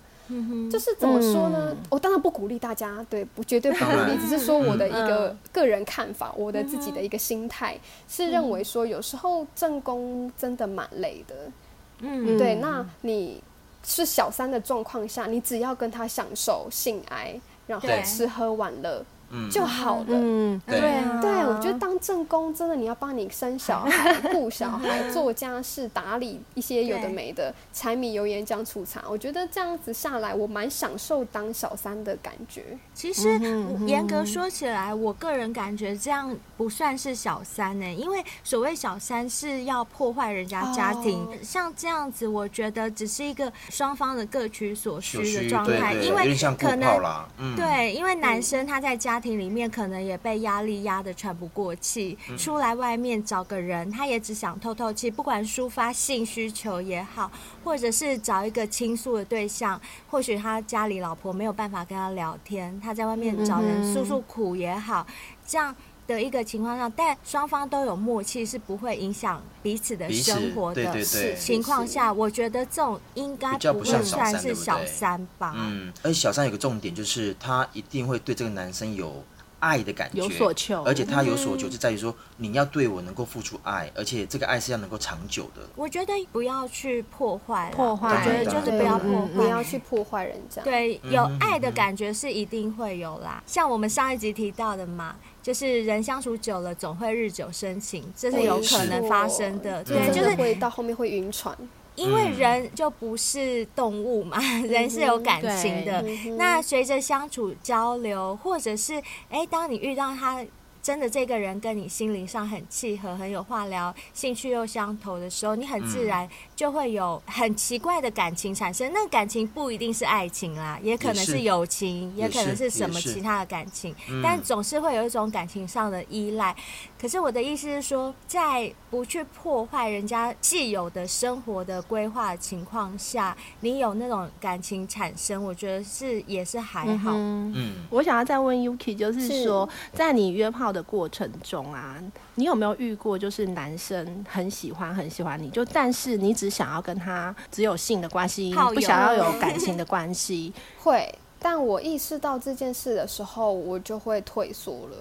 Speaker 2: 就是怎么说呢？
Speaker 5: 嗯
Speaker 2: 我当然不鼓励大家，对，不绝对不鼓
Speaker 4: 当
Speaker 2: 励，
Speaker 4: 然
Speaker 2: 只是说我的一个
Speaker 5: 嗯
Speaker 2: 个人看法，我的自己的一个心态是认为说，有时候正宫真的蛮累的。
Speaker 3: 嗯，
Speaker 2: 对，那你是小三的状况下，你只要跟他享受性爱，然后
Speaker 4: 对
Speaker 2: 吃喝玩乐
Speaker 4: 嗯
Speaker 2: 就好了。
Speaker 5: 嗯，
Speaker 4: 对
Speaker 5: 啊
Speaker 2: 对，我觉得当正宫真的，你要帮你生小孩、顾小孩、做家事、打理一些有的
Speaker 3: 对
Speaker 2: 没的，柴米油盐酱醋茶。我觉得这样子下来，我蛮享受当小三的感觉。
Speaker 3: 其实
Speaker 5: 哼嗯哼
Speaker 3: 严格说起来，我个人感觉这样不算是小三呢、因为所谓小三是要破坏人家家庭，
Speaker 2: 哦
Speaker 3: 像这样子，我觉得只是一个双方的各取所需
Speaker 4: 有
Speaker 3: 的
Speaker 4: 需
Speaker 3: 状
Speaker 4: 对
Speaker 3: 态，
Speaker 4: 对，
Speaker 3: 因
Speaker 4: 有
Speaker 3: 为
Speaker 4: 点像顾
Speaker 3: 可
Speaker 4: 炮
Speaker 3: 能
Speaker 4: 啦，嗯，，
Speaker 3: 对，因为男生他在家庭里面可能也被压力压得喘不过气，
Speaker 4: 嗯
Speaker 3: 出来外面找个人，他也只想透透气，不管抒发性需求也好，或者是找一个倾诉的对象，或许他家里老婆没有办法跟他聊天，他在外面找人诉诉苦也好，这样。的一个情况下，但双方都有默契，是不会影响彼此的
Speaker 4: 彼此
Speaker 3: 生活，
Speaker 4: 对
Speaker 3: 的
Speaker 4: 对对，
Speaker 3: 情况下，我觉得这种应该
Speaker 4: 比较
Speaker 3: 不
Speaker 4: 不
Speaker 3: 会
Speaker 4: 像小
Speaker 3: 算
Speaker 4: 三
Speaker 3: 是
Speaker 4: 对不
Speaker 3: 小
Speaker 4: 对
Speaker 3: 三
Speaker 5: 啊
Speaker 3: 吧。
Speaker 4: 嗯，而且小三有个重点就是他一定会对这个男生有爱的感觉，
Speaker 5: 有所求
Speaker 4: 而且他有所求就在于说你要对我能够付出爱，而且这个爱是要能够长久的。
Speaker 3: 我觉得不要去破坏啦，
Speaker 5: 破坏
Speaker 3: 我觉得就是不要
Speaker 5: 对
Speaker 3: 破
Speaker 5: 嗯
Speaker 3: 坏，
Speaker 2: 不要去破坏人家。，
Speaker 3: 对，有
Speaker 4: 嗯
Speaker 3: 爱的感觉是一定会有
Speaker 2: 嗯
Speaker 3: 啦。像我们上一集提到的嘛，就是人相处久了总会日久生情，这是有可能发生的。
Speaker 2: 对
Speaker 3: 对，，
Speaker 2: 真
Speaker 3: 就
Speaker 2: 的
Speaker 3: 是
Speaker 2: 会到后面会晕船。
Speaker 3: 因为人就不是动物嘛，
Speaker 2: 嗯
Speaker 3: 人是有感情的。嗯
Speaker 4: 嗯
Speaker 3: 那随着相处交流，或者是哎，当你遇到他。真的，这个人跟你心灵上很契合，很有话聊，兴趣又相投的时候，你很
Speaker 4: 嗯
Speaker 3: 自然就会有很奇怪的感情产生。那个感情不一定是爱情啦，也可能
Speaker 4: 也
Speaker 3: 是
Speaker 4: 是
Speaker 3: 友情，也
Speaker 4: 也
Speaker 3: 可能是
Speaker 4: 是
Speaker 3: 什么
Speaker 4: 也是嗯
Speaker 3: 其他的感情，但总是会有一种感情上的依赖。可是我的意思是说，在不去破坏人家既有的生活的规划的情况下，你有那种感情产生，我觉得是也是还好。
Speaker 5: 嗯
Speaker 4: 嗯，
Speaker 5: 我想要再问 Yuki，就是说，在你约炮的过程中啊，你有没有遇过就是男生很喜欢很喜欢你，就但是你只想要跟他只有性的关系，
Speaker 3: 炮友
Speaker 5: 不想要有感情的关 系？
Speaker 2: 会，但我意识到这件事的时候，我就会退缩了。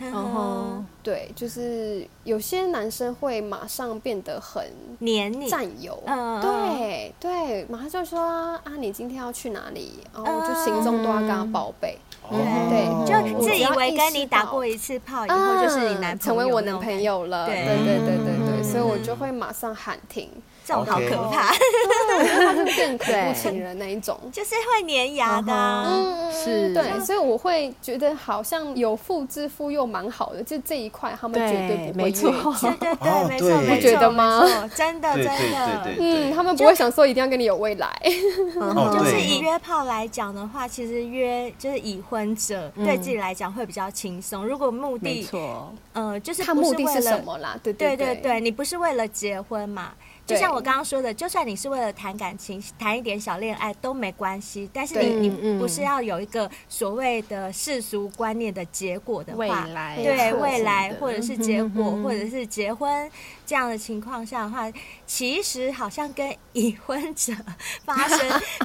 Speaker 3: 然
Speaker 5: 然
Speaker 3: 哦嗯
Speaker 5: 后，
Speaker 2: 对，就是有些男生会马上变得很
Speaker 3: 黏你，
Speaker 2: 占有，
Speaker 3: 嗯
Speaker 2: 对对，马上就说啊，你今天要去哪里？然后我就行踪都要跟他报备，
Speaker 4: 哦
Speaker 2: 对
Speaker 3: 就自以为跟你打
Speaker 2: 我
Speaker 3: 过一次炮以后，就是你男朋友，
Speaker 2: 成为我男朋。友了，
Speaker 3: 对
Speaker 2: 对对对对对，
Speaker 5: 嗯
Speaker 2: 所以我就会马上喊停，
Speaker 3: 这种好
Speaker 4: OK
Speaker 3: 可怕，
Speaker 2: 我觉得他就是更恐怖
Speaker 5: 对
Speaker 2: 情人那一种。
Speaker 3: 就是会粘牙的啊、
Speaker 2: 嗯，
Speaker 5: 是
Speaker 2: 对，所以我会觉得好像有妇之夫又蛮好的，就这一块他们绝
Speaker 5: 对
Speaker 2: 不会
Speaker 5: 没错
Speaker 2: 越界
Speaker 3: 对对对，
Speaker 4: 哦
Speaker 3: 没错，
Speaker 4: 对
Speaker 3: 没错
Speaker 4: 你觉
Speaker 2: 得吗
Speaker 3: 没错真的，真
Speaker 4: 对对
Speaker 3: 的，
Speaker 4: 对对
Speaker 2: 嗯，
Speaker 4: 对，
Speaker 2: 他们不会想说一定要跟你有未来，
Speaker 4: 哦
Speaker 3: 就是
Speaker 4: 对
Speaker 3: 以约炮来讲的话，其实约就是已婚者、
Speaker 2: 嗯
Speaker 3: 对自己来讲会比较轻松。如果目
Speaker 5: 没
Speaker 3: 的，
Speaker 5: 错，
Speaker 3: 呃，就是
Speaker 2: 看
Speaker 3: 不
Speaker 2: 目
Speaker 3: 是
Speaker 2: 的
Speaker 3: 为
Speaker 2: 是
Speaker 3: 了
Speaker 2: 什么啦，对
Speaker 3: 对
Speaker 2: 对
Speaker 3: 对对，你不是为了结婚嘛？就
Speaker 2: 对
Speaker 3: 像我刚刚说的，就算你是为了谈感情、谈一点小恋爱都没关系，但是
Speaker 2: 对
Speaker 3: 你
Speaker 5: 嗯
Speaker 3: 你
Speaker 5: 嗯
Speaker 3: 不是要有一个所谓的世俗观念的结果的话，
Speaker 5: 未来
Speaker 3: 对
Speaker 2: 是
Speaker 3: 未来
Speaker 5: 的嗯
Speaker 3: 或
Speaker 2: 嗯
Speaker 3: 者是结果或者是结婚这样的情况下的话，其实好像跟已婚 者发生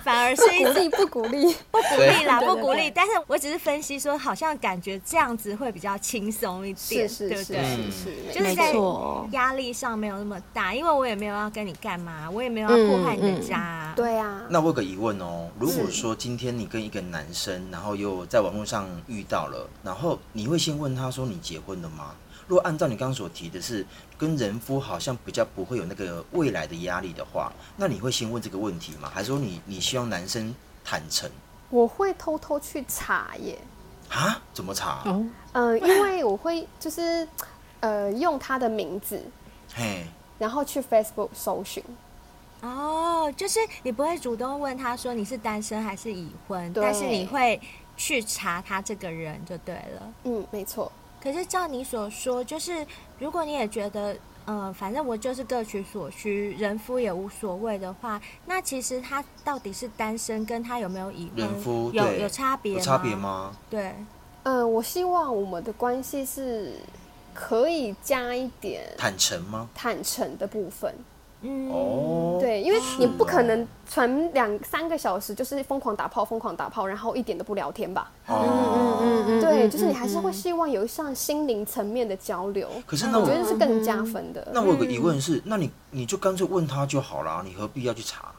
Speaker 3: 反而是一
Speaker 2: 鼓
Speaker 3: 种
Speaker 2: 励不鼓励？
Speaker 3: 不鼓励啦，
Speaker 2: 对
Speaker 3: 不
Speaker 2: 对
Speaker 3: 鼓励
Speaker 2: 对。
Speaker 3: 但是我只是分析说，好像感觉这样子会比较轻松一
Speaker 2: 是
Speaker 3: 点，
Speaker 2: 是
Speaker 3: 对不
Speaker 2: 是是
Speaker 3: 对？
Speaker 2: 是是，
Speaker 3: 就
Speaker 2: 没
Speaker 3: 是
Speaker 5: 没
Speaker 3: 在
Speaker 5: 错，
Speaker 3: 压力上没有那么大，因为我也没有要跟你干嘛，我也没有要破坏你的家、啊
Speaker 2: 嗯对啊，
Speaker 4: 那我有个疑问哦，如果说今天你跟一个男生，然后又在网络上遇到了，然后你会先问他说你结婚了吗？如果按照你刚刚所提的是跟人夫好像比较不会有那个未来的压力的话，那你会先问这个问题吗？还是说你你希望男生坦诚
Speaker 2: 我会偷偷去查耶，
Speaker 4: 啊？怎么查？
Speaker 5: 哦，
Speaker 2: 嗯，因为我会就是呃用他的名字，
Speaker 4: 嘿，
Speaker 2: 然后去 Facebook 搜寻，
Speaker 3: 哦，就是你不会主动问他说你是单身还是已婚，
Speaker 2: 对
Speaker 3: 但是你会去查他这个人就对了。
Speaker 2: 嗯，没错，
Speaker 3: 可是照你所说，就是如果你也觉得，呃，反正我就是各取所需，人夫也无所谓的话，那其实他到底是单身跟他有没有已婚
Speaker 4: 人夫
Speaker 3: 有
Speaker 4: 对
Speaker 3: 有差别
Speaker 4: 有差别？吗？
Speaker 3: 对，
Speaker 2: 嗯，我希望我们的关系是可以加一点
Speaker 4: 坦诚吗？
Speaker 2: 坦诚的部分。
Speaker 3: 嗯，
Speaker 4: 哦，
Speaker 2: 对，因为你不可能
Speaker 4: 哦
Speaker 2: 传两三个小时，就是疯狂打炮、疯狂打炮，然后一点都不聊天吧？
Speaker 4: 哦，
Speaker 5: 嗯
Speaker 2: 对，就是你还是会希望有一项心灵层面的交流，
Speaker 4: 可是那
Speaker 2: 我
Speaker 4: 我
Speaker 2: 觉得是
Speaker 5: 嗯
Speaker 2: 嗯更加分的。
Speaker 4: 那我有个疑问是，那你你就干脆问他就好啦，你何必要去查？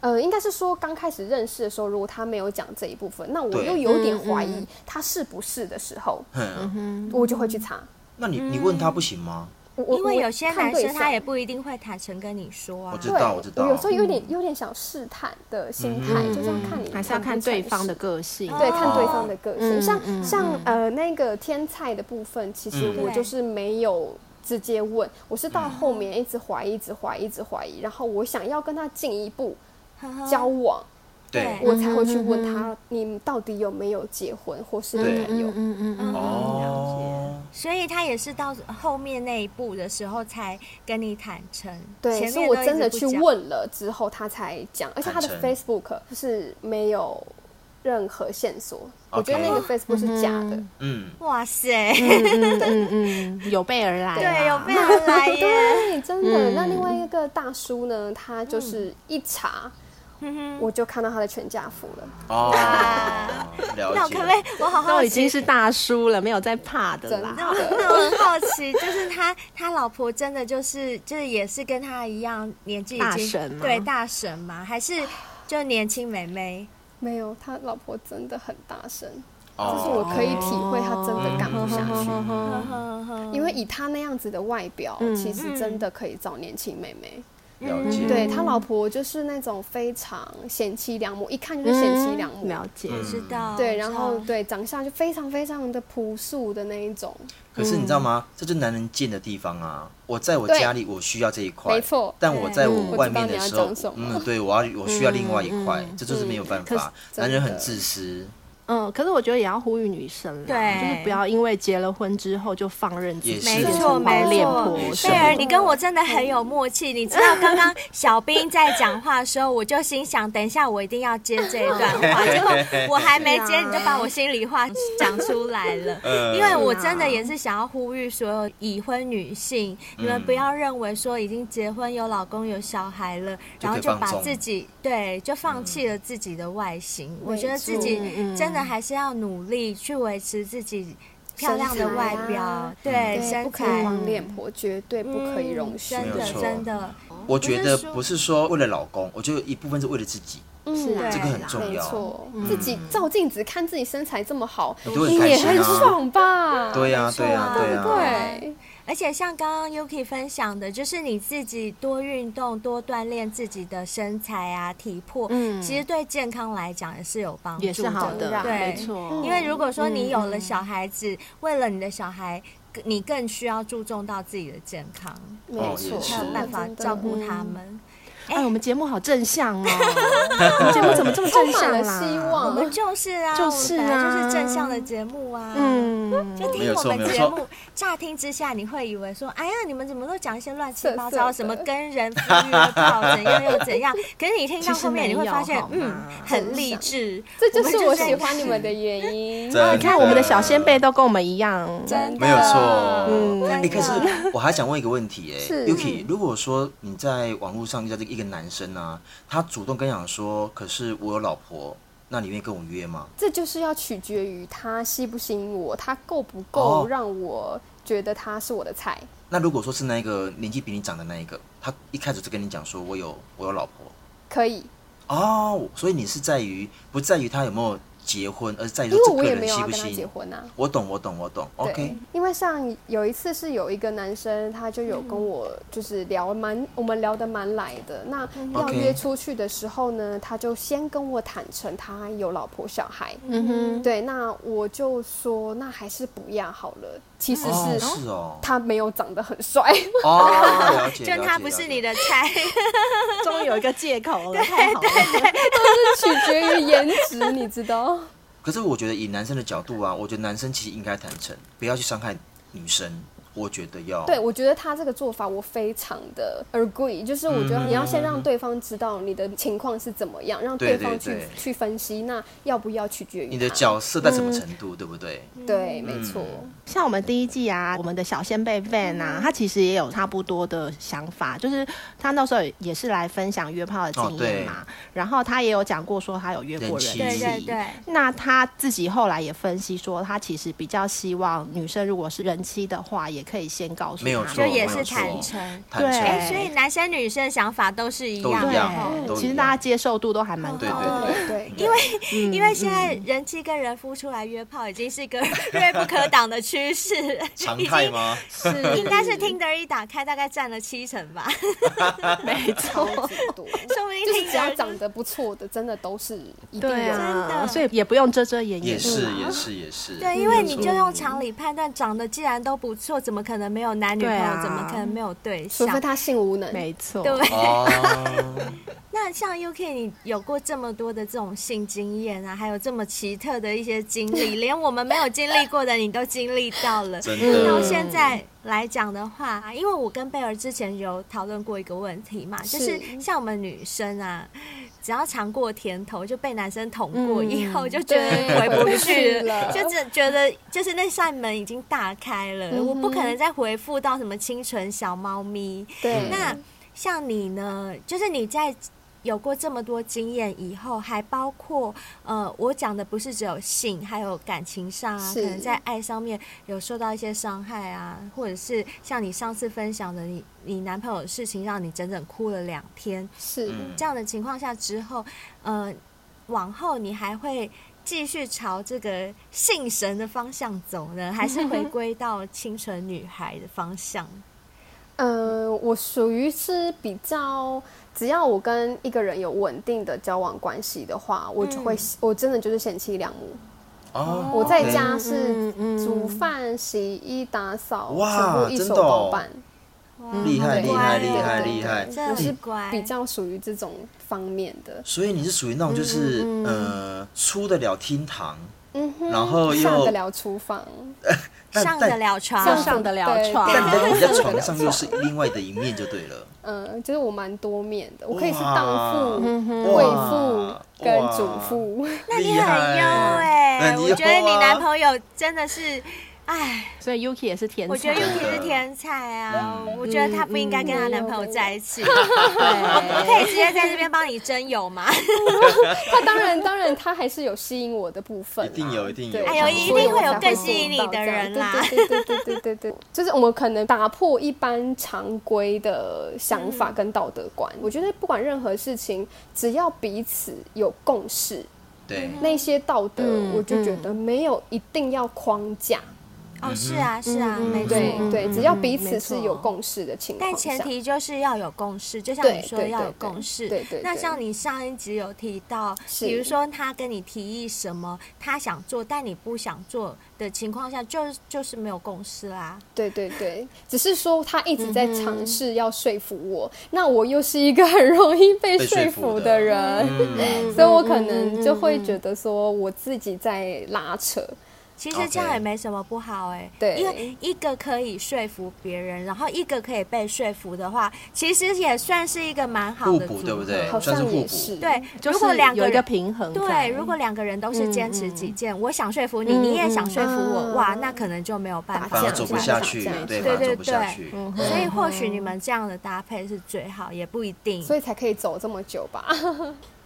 Speaker 2: 呃，应该是说刚开始认识的时候，如果他没有讲这一部分，那我
Speaker 4: 对
Speaker 2: 又有
Speaker 5: 嗯
Speaker 2: 点怀疑他是不是的时候，
Speaker 4: 哼，
Speaker 2: 我就会去查。
Speaker 4: 那你你问他
Speaker 2: 嗯
Speaker 4: 不行吗？
Speaker 2: 我我
Speaker 3: 因为
Speaker 2: 我
Speaker 3: 有些
Speaker 2: 看
Speaker 3: 男
Speaker 2: 对
Speaker 3: 生他
Speaker 2: 象
Speaker 3: 也不一定会坦诚跟你说啊
Speaker 4: 我。知
Speaker 2: 对，
Speaker 4: 道我知嗯道
Speaker 2: 有时候有点有点想试探的心态，就是要看你
Speaker 5: 嗯还是要
Speaker 2: 不
Speaker 5: 看对
Speaker 2: 诚
Speaker 5: 方的
Speaker 2: 实
Speaker 5: 个性，
Speaker 2: 对，看对方的个性。
Speaker 5: 嗯
Speaker 2: 像、
Speaker 5: 嗯
Speaker 2: 像呃那个天菜的部分，其实
Speaker 4: 嗯
Speaker 2: 我
Speaker 3: 对
Speaker 2: 就是没有直接问，我是到后面一直怀疑，一直怀疑，一直怀疑，然后我想要跟他进一步
Speaker 3: 呵
Speaker 5: 哦
Speaker 3: 呵
Speaker 2: 交往，
Speaker 4: 对，
Speaker 2: 我才会去
Speaker 3: 嗯
Speaker 2: 问他你到底有没有结婚或是女
Speaker 4: 对
Speaker 2: 朋友。
Speaker 5: 嗯嗯嗯，
Speaker 4: 哦，
Speaker 3: 所以他也是到后面那一步的时候才跟你坦诚。
Speaker 2: 对，
Speaker 3: 前
Speaker 2: 所以
Speaker 3: 面
Speaker 2: 我
Speaker 3: 都一直
Speaker 2: 真的
Speaker 3: 不
Speaker 2: 去
Speaker 3: 讲。
Speaker 2: 问了之后，他才讲，而且他的
Speaker 4: 坦诚
Speaker 2: Facebook 是没有任何线索，我
Speaker 4: OK
Speaker 2: 觉得那个 Facebook 是假的。
Speaker 4: 嗯，
Speaker 3: 哇塞，
Speaker 5: 嗯嗯嗯，有备而来，
Speaker 3: 对， 有备而 来耶。
Speaker 2: 对，真的。那另外
Speaker 4: 嗯
Speaker 2: 一个大叔呢，他就是
Speaker 3: 嗯
Speaker 2: 一查，我就看到他的全家福了。
Speaker 4: 哦，
Speaker 3: 那
Speaker 4: 了
Speaker 3: 我
Speaker 4: 解
Speaker 3: 可不。可以？我好
Speaker 5: 都
Speaker 3: 好
Speaker 5: 已
Speaker 3: 奇。
Speaker 5: 经
Speaker 3: 哦
Speaker 5: 是大叔了，没有在怕的
Speaker 2: 真
Speaker 5: 啦。
Speaker 3: 那我那我很好奇，就是他他老婆真的就是就是也是跟他一样年纪已经
Speaker 5: 大神吗
Speaker 3: 对大神吗？还是就年轻美眉？
Speaker 2: 没有，他老婆真的很大声，
Speaker 4: 哦嗯
Speaker 2: 就是我可以体会他真的干不下
Speaker 5: 嗯
Speaker 2: 去。
Speaker 3: 呵呵呵
Speaker 2: 因为以他那样子的外表，
Speaker 3: 嗯
Speaker 2: 其实真的可以找年轻妹妹。
Speaker 4: 了解，
Speaker 2: 对他老婆就是那种非常贤妻良母，一看就是贤妻良
Speaker 4: 嗯
Speaker 2: 母。
Speaker 5: 嗯了解，
Speaker 3: 知道
Speaker 2: 对，
Speaker 3: 知道
Speaker 2: 然后对长相就非常非常的朴素的那一种，
Speaker 4: 可是你知道吗？这就是男人贱的地方啊！我在我
Speaker 2: 对
Speaker 4: 家里，我需要这一块，
Speaker 2: 没错
Speaker 4: 但我在我
Speaker 2: 嗯
Speaker 4: 外面的时候
Speaker 2: 我知道，你要讲什么嗯
Speaker 4: 嗯，对我要我需要另外一块，这就是没有办
Speaker 5: 可是
Speaker 4: 法。男人
Speaker 2: 真的
Speaker 4: 很自私，
Speaker 5: 嗯，可是我觉得也要呼吁女生啦，
Speaker 3: 对
Speaker 5: 就是不要因为结了婚之后就放任自己，
Speaker 4: 也是
Speaker 3: 没
Speaker 5: 变
Speaker 3: 错，
Speaker 5: 成
Speaker 3: 没
Speaker 5: 恋
Speaker 3: 错
Speaker 5: 婆，
Speaker 4: 是
Speaker 5: 什
Speaker 3: 贝
Speaker 5: 么
Speaker 3: 尔，
Speaker 5: 的
Speaker 3: 你跟我真的很有默契。你知道刚刚小兵在讲话的时候，我就心想，等一下我一定要接这一段话，结果我还没接，你就把我心里话讲出来了。
Speaker 4: 呃
Speaker 3: 因为我真的也是想要呼吁所有已婚女性，你
Speaker 4: 嗯
Speaker 3: 们不要认为说已经结婚有老公有小孩了，然后就
Speaker 4: 就可以放嗯
Speaker 3: 把
Speaker 4: 纵
Speaker 3: 自己对就放弃了自己的外形。我觉得自己
Speaker 5: 嗯嗯
Speaker 3: 真的还是要努力去维持自己。漂亮的
Speaker 2: 身材
Speaker 3: 外
Speaker 2: 啊
Speaker 3: 表，对
Speaker 2: 不
Speaker 3: 身
Speaker 2: 可
Speaker 3: 材，嗯
Speaker 2: 以往脸婆，绝对不可以容许。
Speaker 3: 真
Speaker 4: 没有
Speaker 3: 的
Speaker 4: 错
Speaker 3: 真的，
Speaker 4: 我觉得
Speaker 3: 说
Speaker 4: 不是说为了老公，我觉得一部分是为了自己，
Speaker 5: 是
Speaker 2: 嗯
Speaker 5: 啊，
Speaker 4: 这个很重
Speaker 2: 没
Speaker 4: 要。
Speaker 2: 错，自己
Speaker 3: 嗯
Speaker 2: 照镜子看自己身材这么好，
Speaker 4: 哎你都很
Speaker 2: 你
Speaker 4: 开
Speaker 2: 也
Speaker 4: 心啊
Speaker 2: 很爽 吧？
Speaker 4: 对呀，对呀，
Speaker 3: 没错啊
Speaker 4: 对呀。
Speaker 2: 对，
Speaker 3: 而且像刚刚 Yuki 分享的，就是你自己多运动、多锻炼自己的身材啊、体魄，
Speaker 5: 嗯
Speaker 3: 其实对健康来讲也是有帮助
Speaker 5: 也是好
Speaker 3: 的
Speaker 5: 的，，
Speaker 3: 对，
Speaker 5: 没错。
Speaker 3: 因为如果说你有了小孩子，为了你的小孩，你更需要注重到自己的健康，
Speaker 2: 没错，
Speaker 4: 哦是
Speaker 3: 才有办法
Speaker 2: 真的
Speaker 3: 照顾他们。
Speaker 5: 哎，我们节目好正向 哦，我们节目怎么这么正向
Speaker 2: 充满了
Speaker 5: 啦？
Speaker 2: 希
Speaker 3: 我
Speaker 2: 望
Speaker 3: 们就是啊，
Speaker 5: 就是啊
Speaker 3: 我们本来就是正向的节目啊，。
Speaker 5: 嗯，
Speaker 3: 就
Speaker 4: 没
Speaker 3: 听
Speaker 4: 有
Speaker 3: 我
Speaker 4: 错没
Speaker 3: 们
Speaker 4: 有
Speaker 3: 节
Speaker 4: 错
Speaker 3: 目，乍听之下你会以为说，哎呀，你们怎么都讲一些乱七八
Speaker 2: 色色
Speaker 3: 糟，
Speaker 2: 的
Speaker 3: 什么跟人不约炮怎样又怎样？可是你听到
Speaker 5: 其实
Speaker 3: 后面，你会
Speaker 5: 没有
Speaker 3: 发现
Speaker 5: 好，
Speaker 3: 嗯
Speaker 5: 吗，
Speaker 3: 很励志。
Speaker 2: 这就是我
Speaker 3: 们
Speaker 2: 喜欢你 们的原因。
Speaker 4: 真的
Speaker 5: 你看我们的小先辈都跟我们一样，
Speaker 3: 真的
Speaker 4: 没有错。
Speaker 5: 嗯
Speaker 4: 哎、
Speaker 3: 真
Speaker 4: 可是
Speaker 3: 的
Speaker 4: 我还想问一个问题、哎
Speaker 2: 是
Speaker 4: ，Yuki，如果说你在网络上遇到这个一个男生啊，他主动跟你讲说，可是我有老婆，那你愿意跟我约吗？
Speaker 2: 这就是要取决于他吸不吸引我，他够不
Speaker 4: 哦
Speaker 2: 够让我觉得他是我的菜。
Speaker 4: 那如果说是那个年纪比你长的那一个，他一开始就跟你讲说我有我有老婆
Speaker 2: 可以，
Speaker 4: 哦，所以你是在于不在于他有没有结婚，而是在于
Speaker 2: 因
Speaker 4: 说这
Speaker 2: 为我
Speaker 4: 个
Speaker 2: 也没
Speaker 4: 人
Speaker 2: 有
Speaker 4: 吸
Speaker 2: 要
Speaker 4: 不
Speaker 2: 跟他
Speaker 4: 吸
Speaker 2: 结
Speaker 4: 引。
Speaker 2: 婚啊。
Speaker 4: 我懂，我懂，我懂。OK，
Speaker 2: 对，因为像有一次是有一个男生，他就有跟我就是聊蛮，我们聊得蛮来的。那要
Speaker 4: 嗯 OK
Speaker 2: 约出去的时候呢，他就先跟我坦诚他有老婆小孩。
Speaker 5: 嗯哼，
Speaker 2: 对，那我就说那还是不要好了。其实
Speaker 4: 哦，
Speaker 2: 是
Speaker 4: 是哦，
Speaker 2: 他没有长得很帅，
Speaker 4: 哦，了解，
Speaker 3: 就
Speaker 4: 了
Speaker 3: 他
Speaker 4: 解
Speaker 3: 不
Speaker 4: 了
Speaker 3: 是
Speaker 4: 解
Speaker 3: 你的菜，
Speaker 5: 终于有一个借口了，太好了。
Speaker 2: 取决于颜值，你知道？
Speaker 4: 可是我觉得以男生的角度啊，我觉得男生其实应该坦诚，不要去伤害女生。我觉得要
Speaker 2: 对，我觉得他这个做法我非常的 agree，就是我
Speaker 4: 嗯
Speaker 2: 觉得你要先让对方知道你的情况是怎么样，让
Speaker 4: 对
Speaker 2: 对
Speaker 4: 对
Speaker 2: 方去
Speaker 4: 对
Speaker 2: 去分析，那要不要取决于
Speaker 4: 你的
Speaker 2: 他
Speaker 4: 角色在什么程
Speaker 3: 嗯
Speaker 4: 度，对不对？
Speaker 2: 对，没错，
Speaker 5: 像我们第一季啊，我们的小先辈 Van
Speaker 3: 嗯
Speaker 5: 啊，他其实也有差不多的想法，就是他那时候也是来分享约炮的经验
Speaker 4: 哦
Speaker 5: 嘛，然后他也有讲过说他有约过人
Speaker 4: 人
Speaker 3: 对
Speaker 4: 妻
Speaker 5: 妻。
Speaker 3: 对对，
Speaker 5: 那他自己后来也分析说，他其实比较希望女生如果是人妻的话，也可以先告诉
Speaker 4: 没有
Speaker 5: 他
Speaker 4: 错
Speaker 3: 就
Speaker 5: 们
Speaker 3: 也
Speaker 4: 没有
Speaker 3: 是
Speaker 4: 错
Speaker 3: 坦诚。
Speaker 4: 坦
Speaker 5: 对
Speaker 4: 诚。
Speaker 3: 哎，所以男生女生的想法都是一
Speaker 4: 都一
Speaker 3: 样的
Speaker 4: 样
Speaker 3: 哦，
Speaker 4: 都一
Speaker 5: 其实
Speaker 4: 样
Speaker 5: 大家接受度都还蛮
Speaker 4: 对
Speaker 5: 高
Speaker 4: 对
Speaker 5: 的。
Speaker 2: 对对，
Speaker 4: 因为
Speaker 3: 因为现在人妻跟人夫出来约炮已经是一个 锐不可挡的趋势，
Speaker 4: 常
Speaker 3: 已
Speaker 4: 态
Speaker 3: 经
Speaker 4: 吗？
Speaker 5: 是
Speaker 3: 应该是 Tinder 一打开大概占了七成吧，
Speaker 5: 没
Speaker 2: 超
Speaker 5: 错，
Speaker 2: 级多，
Speaker 3: 说不定
Speaker 2: 就是
Speaker 3: Tinder
Speaker 2: 只要长得不错的，真的都是一定
Speaker 5: 对
Speaker 2: 有。
Speaker 3: 真
Speaker 5: 啊，
Speaker 3: 的
Speaker 5: 所以也不用遮遮掩掩。
Speaker 4: 也是，也是，也是。
Speaker 3: 对，因为你就用常理判断，长得既然都不错，怎么可能没有男女朋
Speaker 5: 对啊
Speaker 3: 友？怎么可能没有对
Speaker 2: 除非
Speaker 3: 象？
Speaker 2: 他性无能，
Speaker 5: 没错，
Speaker 3: 对，
Speaker 4: 哦，
Speaker 3: 那像 UK，你有过这么多的这种性经验啊，还有这么奇特的一些经历，连我们没有经历过的你都经历到了。
Speaker 4: 真
Speaker 3: 到
Speaker 4: 的。
Speaker 3: 现在来讲的话，因为我跟贝尔之前有讨论过一个问题嘛，就是
Speaker 2: 是
Speaker 3: 像我们女生啊，只要尝过甜头就被男生捅过
Speaker 5: 嗯
Speaker 3: 以后，就觉得
Speaker 2: 对
Speaker 3: 回不
Speaker 2: 回不
Speaker 3: 去
Speaker 2: 去
Speaker 3: 了，
Speaker 2: 了
Speaker 3: 就只觉得就是那扇门已经大开了，我不可能再回复到什么清纯小猫咪。
Speaker 2: 对，
Speaker 3: 那像你呢，就是你在。有过这么多经验以后，还包括呃，我讲的不是只有性，还有感情上啊，可
Speaker 2: 是
Speaker 3: 能在爱上面有受到一些伤害啊，或者是像你上次分享的你，你男朋友的事情，让你整整哭了两天。
Speaker 2: 是
Speaker 4: 嗯
Speaker 3: 这样的情况下之后，呃，往后你还会继续朝这个性神的方向走呢，还是回归到清纯女孩的方向？
Speaker 2: 呃，我属于是比较，只要我跟一个人有稳定的交往关系的话，我就会，我真的就是贤妻良母。
Speaker 4: 嗯哦，
Speaker 2: 我在
Speaker 4: OK
Speaker 2: 家是
Speaker 5: 嗯嗯
Speaker 2: 煮饭、洗衣、打扫，全
Speaker 4: 哇
Speaker 2: 部一
Speaker 4: 真
Speaker 2: 手
Speaker 4: 的哦
Speaker 2: 包办，
Speaker 4: 厉害，
Speaker 2: 对
Speaker 4: 厉害，
Speaker 2: 对
Speaker 4: 厉害，
Speaker 2: 对
Speaker 4: 厉害。哎
Speaker 3: 真的
Speaker 2: 我是
Speaker 3: 很乖，
Speaker 2: 比较属于这种方面的。
Speaker 4: 所以你是属于那种就是
Speaker 3: 嗯
Speaker 4: 呃，出得了厅堂，
Speaker 2: 嗯哼，
Speaker 4: 然后
Speaker 2: 上得
Speaker 4: 又
Speaker 2: 了厨房，
Speaker 4: 但
Speaker 3: 上
Speaker 4: 但
Speaker 3: 得了床，
Speaker 5: 上上得了
Speaker 2: 对
Speaker 5: 床，
Speaker 2: 对
Speaker 4: 但在你在
Speaker 2: 上得
Speaker 4: 床
Speaker 2: 了
Speaker 4: 上又是另外的一面就对了。
Speaker 2: 嗯，就是我蛮多面的，我可以是
Speaker 4: 哇嗯
Speaker 2: 荡妇、
Speaker 4: 哇
Speaker 2: 贵妇跟主
Speaker 4: 哇
Speaker 2: 妇。
Speaker 3: 嗯那你很优哎、
Speaker 4: 很优
Speaker 3: 我觉得你
Speaker 4: 啊
Speaker 3: 男朋友真的是，哎，
Speaker 5: 所以 Yuki 也是甜
Speaker 3: 我觉得
Speaker 5: 才
Speaker 3: Yuki 是天才啊！
Speaker 4: 嗯
Speaker 3: 我觉得他不应该跟她男朋友在一起。我
Speaker 5: 对
Speaker 3: 可以直接在这边帮你征友吗？
Speaker 2: 他当然，当然，他还是有吸引我的部分啦，
Speaker 4: 一定有一定有
Speaker 2: 对
Speaker 4: 哎呦一定
Speaker 2: 所以我
Speaker 4: 会有
Speaker 2: 才
Speaker 4: 更
Speaker 2: 做
Speaker 3: 吸引你
Speaker 2: 到
Speaker 3: 的
Speaker 2: 这样
Speaker 3: 人啦
Speaker 2: 对对对对对对对对，就是我们可能打破一般常规的想法跟道德观。我觉得不管任何事情，只要彼此有共识，
Speaker 4: 对，
Speaker 2: 那些道德
Speaker 5: 嗯
Speaker 2: 我就觉得没有一定要框架。
Speaker 3: 哦，是啊，是啊，
Speaker 5: 嗯嗯
Speaker 3: 没错。
Speaker 2: 对
Speaker 5: 嗯
Speaker 2: 对，
Speaker 5: 嗯
Speaker 2: 只要
Speaker 5: 嗯没
Speaker 2: 彼此
Speaker 5: 错
Speaker 2: 是有共识的情况
Speaker 3: 但
Speaker 2: 下，
Speaker 3: 前提就是要有共识，就像
Speaker 2: 对
Speaker 3: 你说
Speaker 2: 对
Speaker 3: 要
Speaker 2: 对
Speaker 3: 有
Speaker 2: 对
Speaker 3: 共识。
Speaker 2: 对对
Speaker 3: 那
Speaker 2: 对
Speaker 3: 像你上一集有提到，
Speaker 2: 是
Speaker 3: 比如说他跟你提议什么，他想做但你不想做的情况下，就就是没有共识啦。
Speaker 2: 对对对，只是说他一直在尝试要说服我，那我又是一个很容易被
Speaker 4: 被
Speaker 2: 说
Speaker 4: 说
Speaker 2: 服
Speaker 4: 服
Speaker 2: 的
Speaker 4: 的
Speaker 2: 人，
Speaker 4: 嗯，
Speaker 2: 所以我可能就会觉得说我自己在拉扯。
Speaker 4: 嗯
Speaker 3: 其实这样
Speaker 4: OK
Speaker 3: 也没什么不好哎、
Speaker 2: 对
Speaker 3: 因为一个可以说服别人，然后一个可以被说服的话，其实也算是一个蛮好
Speaker 4: 互
Speaker 3: 的组
Speaker 4: 补
Speaker 3: 合，
Speaker 4: 对不对
Speaker 2: 好
Speaker 4: 嗯算是
Speaker 2: 像
Speaker 4: 互
Speaker 2: 也
Speaker 4: 补
Speaker 2: 是，
Speaker 3: 对，
Speaker 5: 就
Speaker 3: 如果
Speaker 5: 是
Speaker 3: 两
Speaker 5: 有
Speaker 3: 个
Speaker 5: 一个
Speaker 3: 人
Speaker 5: 平衡在
Speaker 3: 对，如果两个人都是坚持己见，我想说服你，
Speaker 5: 嗯
Speaker 3: 你也想说服我，
Speaker 2: 嗯
Speaker 3: 哇，那可能就没有办
Speaker 2: 打
Speaker 4: 反
Speaker 3: 法
Speaker 2: 架
Speaker 4: 而
Speaker 2: 这
Speaker 4: 走
Speaker 2: 样
Speaker 4: 不下去
Speaker 2: 这样，
Speaker 4: 对，
Speaker 3: 这
Speaker 4: 反
Speaker 3: 样
Speaker 4: 而走不下去。
Speaker 3: 所以或许你们这样的搭配是最好，也不一定。
Speaker 2: 哦所以才可以走这么久吧？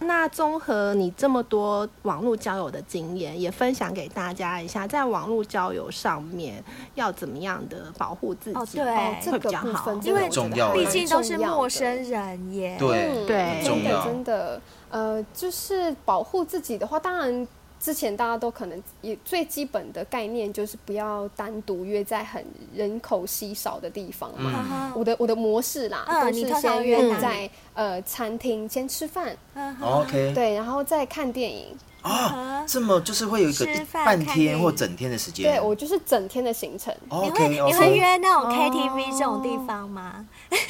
Speaker 5: 那综合你这么多网络交友的经验，也分享给大家一下，在网络交友上面要怎么样的保护自己，
Speaker 3: 哦对
Speaker 2: 哦， 这
Speaker 5: 会
Speaker 2: 个
Speaker 5: 哎比较
Speaker 2: 部
Speaker 5: 好
Speaker 2: 分。
Speaker 3: 因为
Speaker 2: 真的我觉得
Speaker 4: 重要
Speaker 2: 还
Speaker 3: 毕
Speaker 2: 蛮
Speaker 3: 竟都是
Speaker 2: 重要
Speaker 3: 陌
Speaker 2: 的嗯
Speaker 3: 生人耶。
Speaker 4: 对
Speaker 5: 对
Speaker 4: 很
Speaker 5: 真
Speaker 4: 重
Speaker 2: 的
Speaker 4: 要。
Speaker 2: 真的，呃，就是保护自己的话，当然。之前大家都可能也最基本的概念就是不要单独约在很人口稀少的地方嘛。
Speaker 3: 哈哈
Speaker 2: 我的我的模式啦，
Speaker 3: 嗯
Speaker 2: 都
Speaker 3: 你
Speaker 2: 是
Speaker 3: 通常
Speaker 2: 先
Speaker 3: 约
Speaker 2: 约
Speaker 3: 哪里
Speaker 2: 在、呃餐厅先吃饭，
Speaker 3: 嗯哼
Speaker 4: OK，
Speaker 2: 对，然后再看电影。
Speaker 4: 啊，这么就是会有一个
Speaker 3: 嗯吃饭
Speaker 4: 半
Speaker 3: 看电
Speaker 4: 天
Speaker 3: 影
Speaker 4: 或整天的时间。
Speaker 2: 对我就是整天的行程，
Speaker 3: 你会
Speaker 4: OK
Speaker 3: 你会
Speaker 4: OK，
Speaker 3: 约那种
Speaker 2: 哦
Speaker 3: KTV 这种地方吗？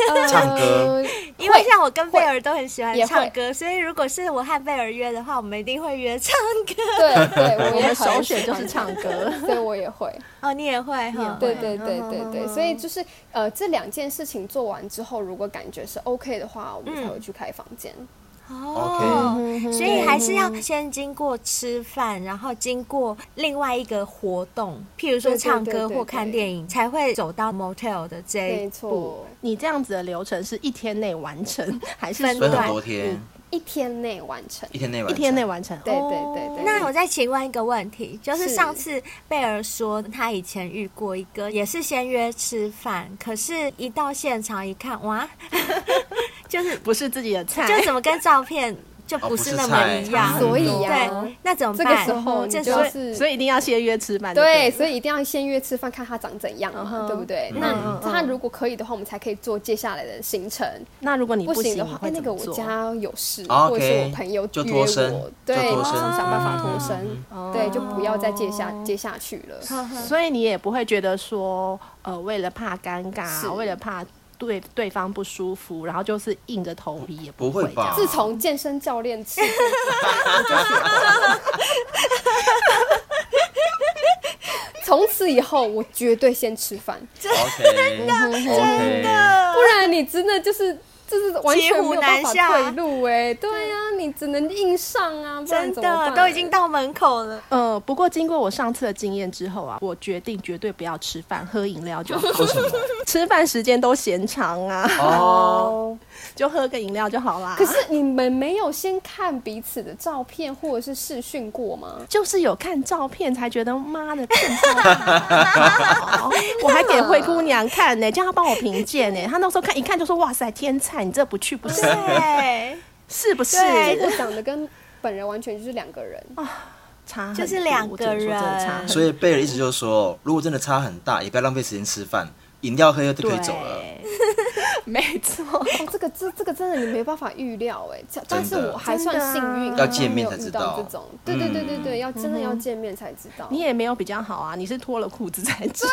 Speaker 2: 呃
Speaker 4: 唱歌
Speaker 3: 因为像我跟贝尔都很喜欢
Speaker 2: 也会
Speaker 3: 唱歌，所以如果是我和贝尔约的话，我们一定会约唱歌。
Speaker 2: 对对，我
Speaker 5: 我
Speaker 2: 也
Speaker 5: 们
Speaker 2: 很
Speaker 5: 首选
Speaker 2: 喜
Speaker 5: 就
Speaker 2: 欢
Speaker 5: 是唱歌。
Speaker 2: 所以我也会。
Speaker 3: 哦，你也会哈？
Speaker 2: 对对对对
Speaker 3: 嗯
Speaker 2: 对，所以就是呃，这两件事情做完之后，如果感觉是 OK 的话，我们才会去开房间。
Speaker 3: 哦
Speaker 5: 嗯
Speaker 3: 所以还是
Speaker 2: 嗯
Speaker 3: 要先经过吃饭，然后经过另外一个活动，譬如说
Speaker 2: 对对
Speaker 3: 唱
Speaker 2: 对
Speaker 3: 歌
Speaker 2: 对
Speaker 3: 或看
Speaker 2: 对
Speaker 3: 电影，才会走到 motel 的这
Speaker 2: 没
Speaker 3: 一
Speaker 2: 错，
Speaker 5: 你这样子的流程是一天内完成， 还是
Speaker 3: 分
Speaker 5: 说
Speaker 4: 分
Speaker 3: 段
Speaker 4: 很多天，
Speaker 2: 一天内完成
Speaker 4: 一。天内完
Speaker 5: 一
Speaker 4: 成。
Speaker 5: 天内完成？
Speaker 2: 对对
Speaker 5: 哦
Speaker 2: 对对
Speaker 3: 那我再请问一个问题，就是
Speaker 2: 是
Speaker 3: 上次贝尔说他以前遇过一个，也是先约吃饭，可是一到现场一看，哇，就是
Speaker 5: 哦不是自己的菜，
Speaker 3: 就怎么跟照片就哦不是那么一样，
Speaker 2: 所以呀
Speaker 3: 对，，那怎么
Speaker 2: 这
Speaker 3: 办？
Speaker 2: 个时候你
Speaker 3: 这时
Speaker 2: 就
Speaker 3: 候
Speaker 2: 是
Speaker 5: 所以一定要先约吃饭就
Speaker 2: 对，
Speaker 5: 对了。
Speaker 2: 所以一定要先约吃饭，看他长怎样嘛，对不对？那他如果可以的话，我们才可以做接下来的行程。
Speaker 5: 那如果你
Speaker 2: 不
Speaker 5: 行
Speaker 2: 行的
Speaker 5: 你
Speaker 2: 话，
Speaker 5: 会
Speaker 2: 哎，那
Speaker 5: 怎
Speaker 2: 个
Speaker 5: 么
Speaker 2: 我
Speaker 5: 做
Speaker 2: 家有事，
Speaker 4: 啊
Speaker 2: 或者是我
Speaker 4: OK，
Speaker 2: 朋友
Speaker 4: 就
Speaker 2: 约
Speaker 4: 脱身
Speaker 2: 我，
Speaker 4: 就
Speaker 2: 对，
Speaker 4: 脱
Speaker 2: 就是
Speaker 4: 身嗯
Speaker 2: 想办法
Speaker 3: 哦
Speaker 2: 脱身，对，就不要再接下接下去了。
Speaker 5: 所以你也不会觉得说，呃，为了怕尴
Speaker 2: 是
Speaker 5: 尬，为了怕对对方不舒服，然后就是硬着头皮也
Speaker 4: 不
Speaker 5: 会
Speaker 4: 会
Speaker 5: 这样
Speaker 4: 吧
Speaker 2: 自从健身教 练吃过之后，我就是。从此以后，我绝对先吃饭，
Speaker 4: OK OK，
Speaker 2: 不然你真的就是就是完全没有办
Speaker 3: 骑虎难下
Speaker 2: 法退路哎、对啊，你只能硬上啊，不然
Speaker 3: 真
Speaker 2: 怎么
Speaker 3: 的
Speaker 2: 办？
Speaker 3: 都已经到门口 了。
Speaker 5: 呃，不过经过我上次的经验之后啊，我决定绝对不要吃饭，喝饮料就好。
Speaker 4: 为什么？
Speaker 5: 吃饭时间都嫌长啊，
Speaker 4: 哦，
Speaker 5: 就喝个饮料就好啦。
Speaker 2: 可是你们没有先看彼此的照片或者是视讯过吗？
Speaker 5: 就是有看照片才觉得妈的骗子好，我还给灰姑娘看呢、叫她帮我评鉴呢。她那时候看一看就说哇塞天才，你这不去不 行，
Speaker 3: 对，啊
Speaker 5: 是不是？
Speaker 3: 对
Speaker 2: 我长得跟本人完全就是两个人，
Speaker 5: 差很
Speaker 3: 就是
Speaker 5: 多
Speaker 3: 两
Speaker 5: 我只能
Speaker 3: 个
Speaker 5: 说真的
Speaker 3: 人
Speaker 5: 差 很
Speaker 4: 所以贝尔一直就说，如果真的差很大，也不要浪费时间吃饭，饮料喝喝就可以走了。
Speaker 5: 对，没错。
Speaker 2: 哦，这个这这个真的你没办法预料哎，这但是
Speaker 4: 真的
Speaker 2: 我还算幸运，
Speaker 5: 真的啊
Speaker 2: 还
Speaker 4: 要见面才
Speaker 2: 没有遇
Speaker 4: 知
Speaker 2: 到
Speaker 4: 道
Speaker 2: 这种。对对对对
Speaker 4: 嗯
Speaker 2: 对，要真的要见面才知道。
Speaker 5: 你也没有比较好啊，你是脱了裤子才知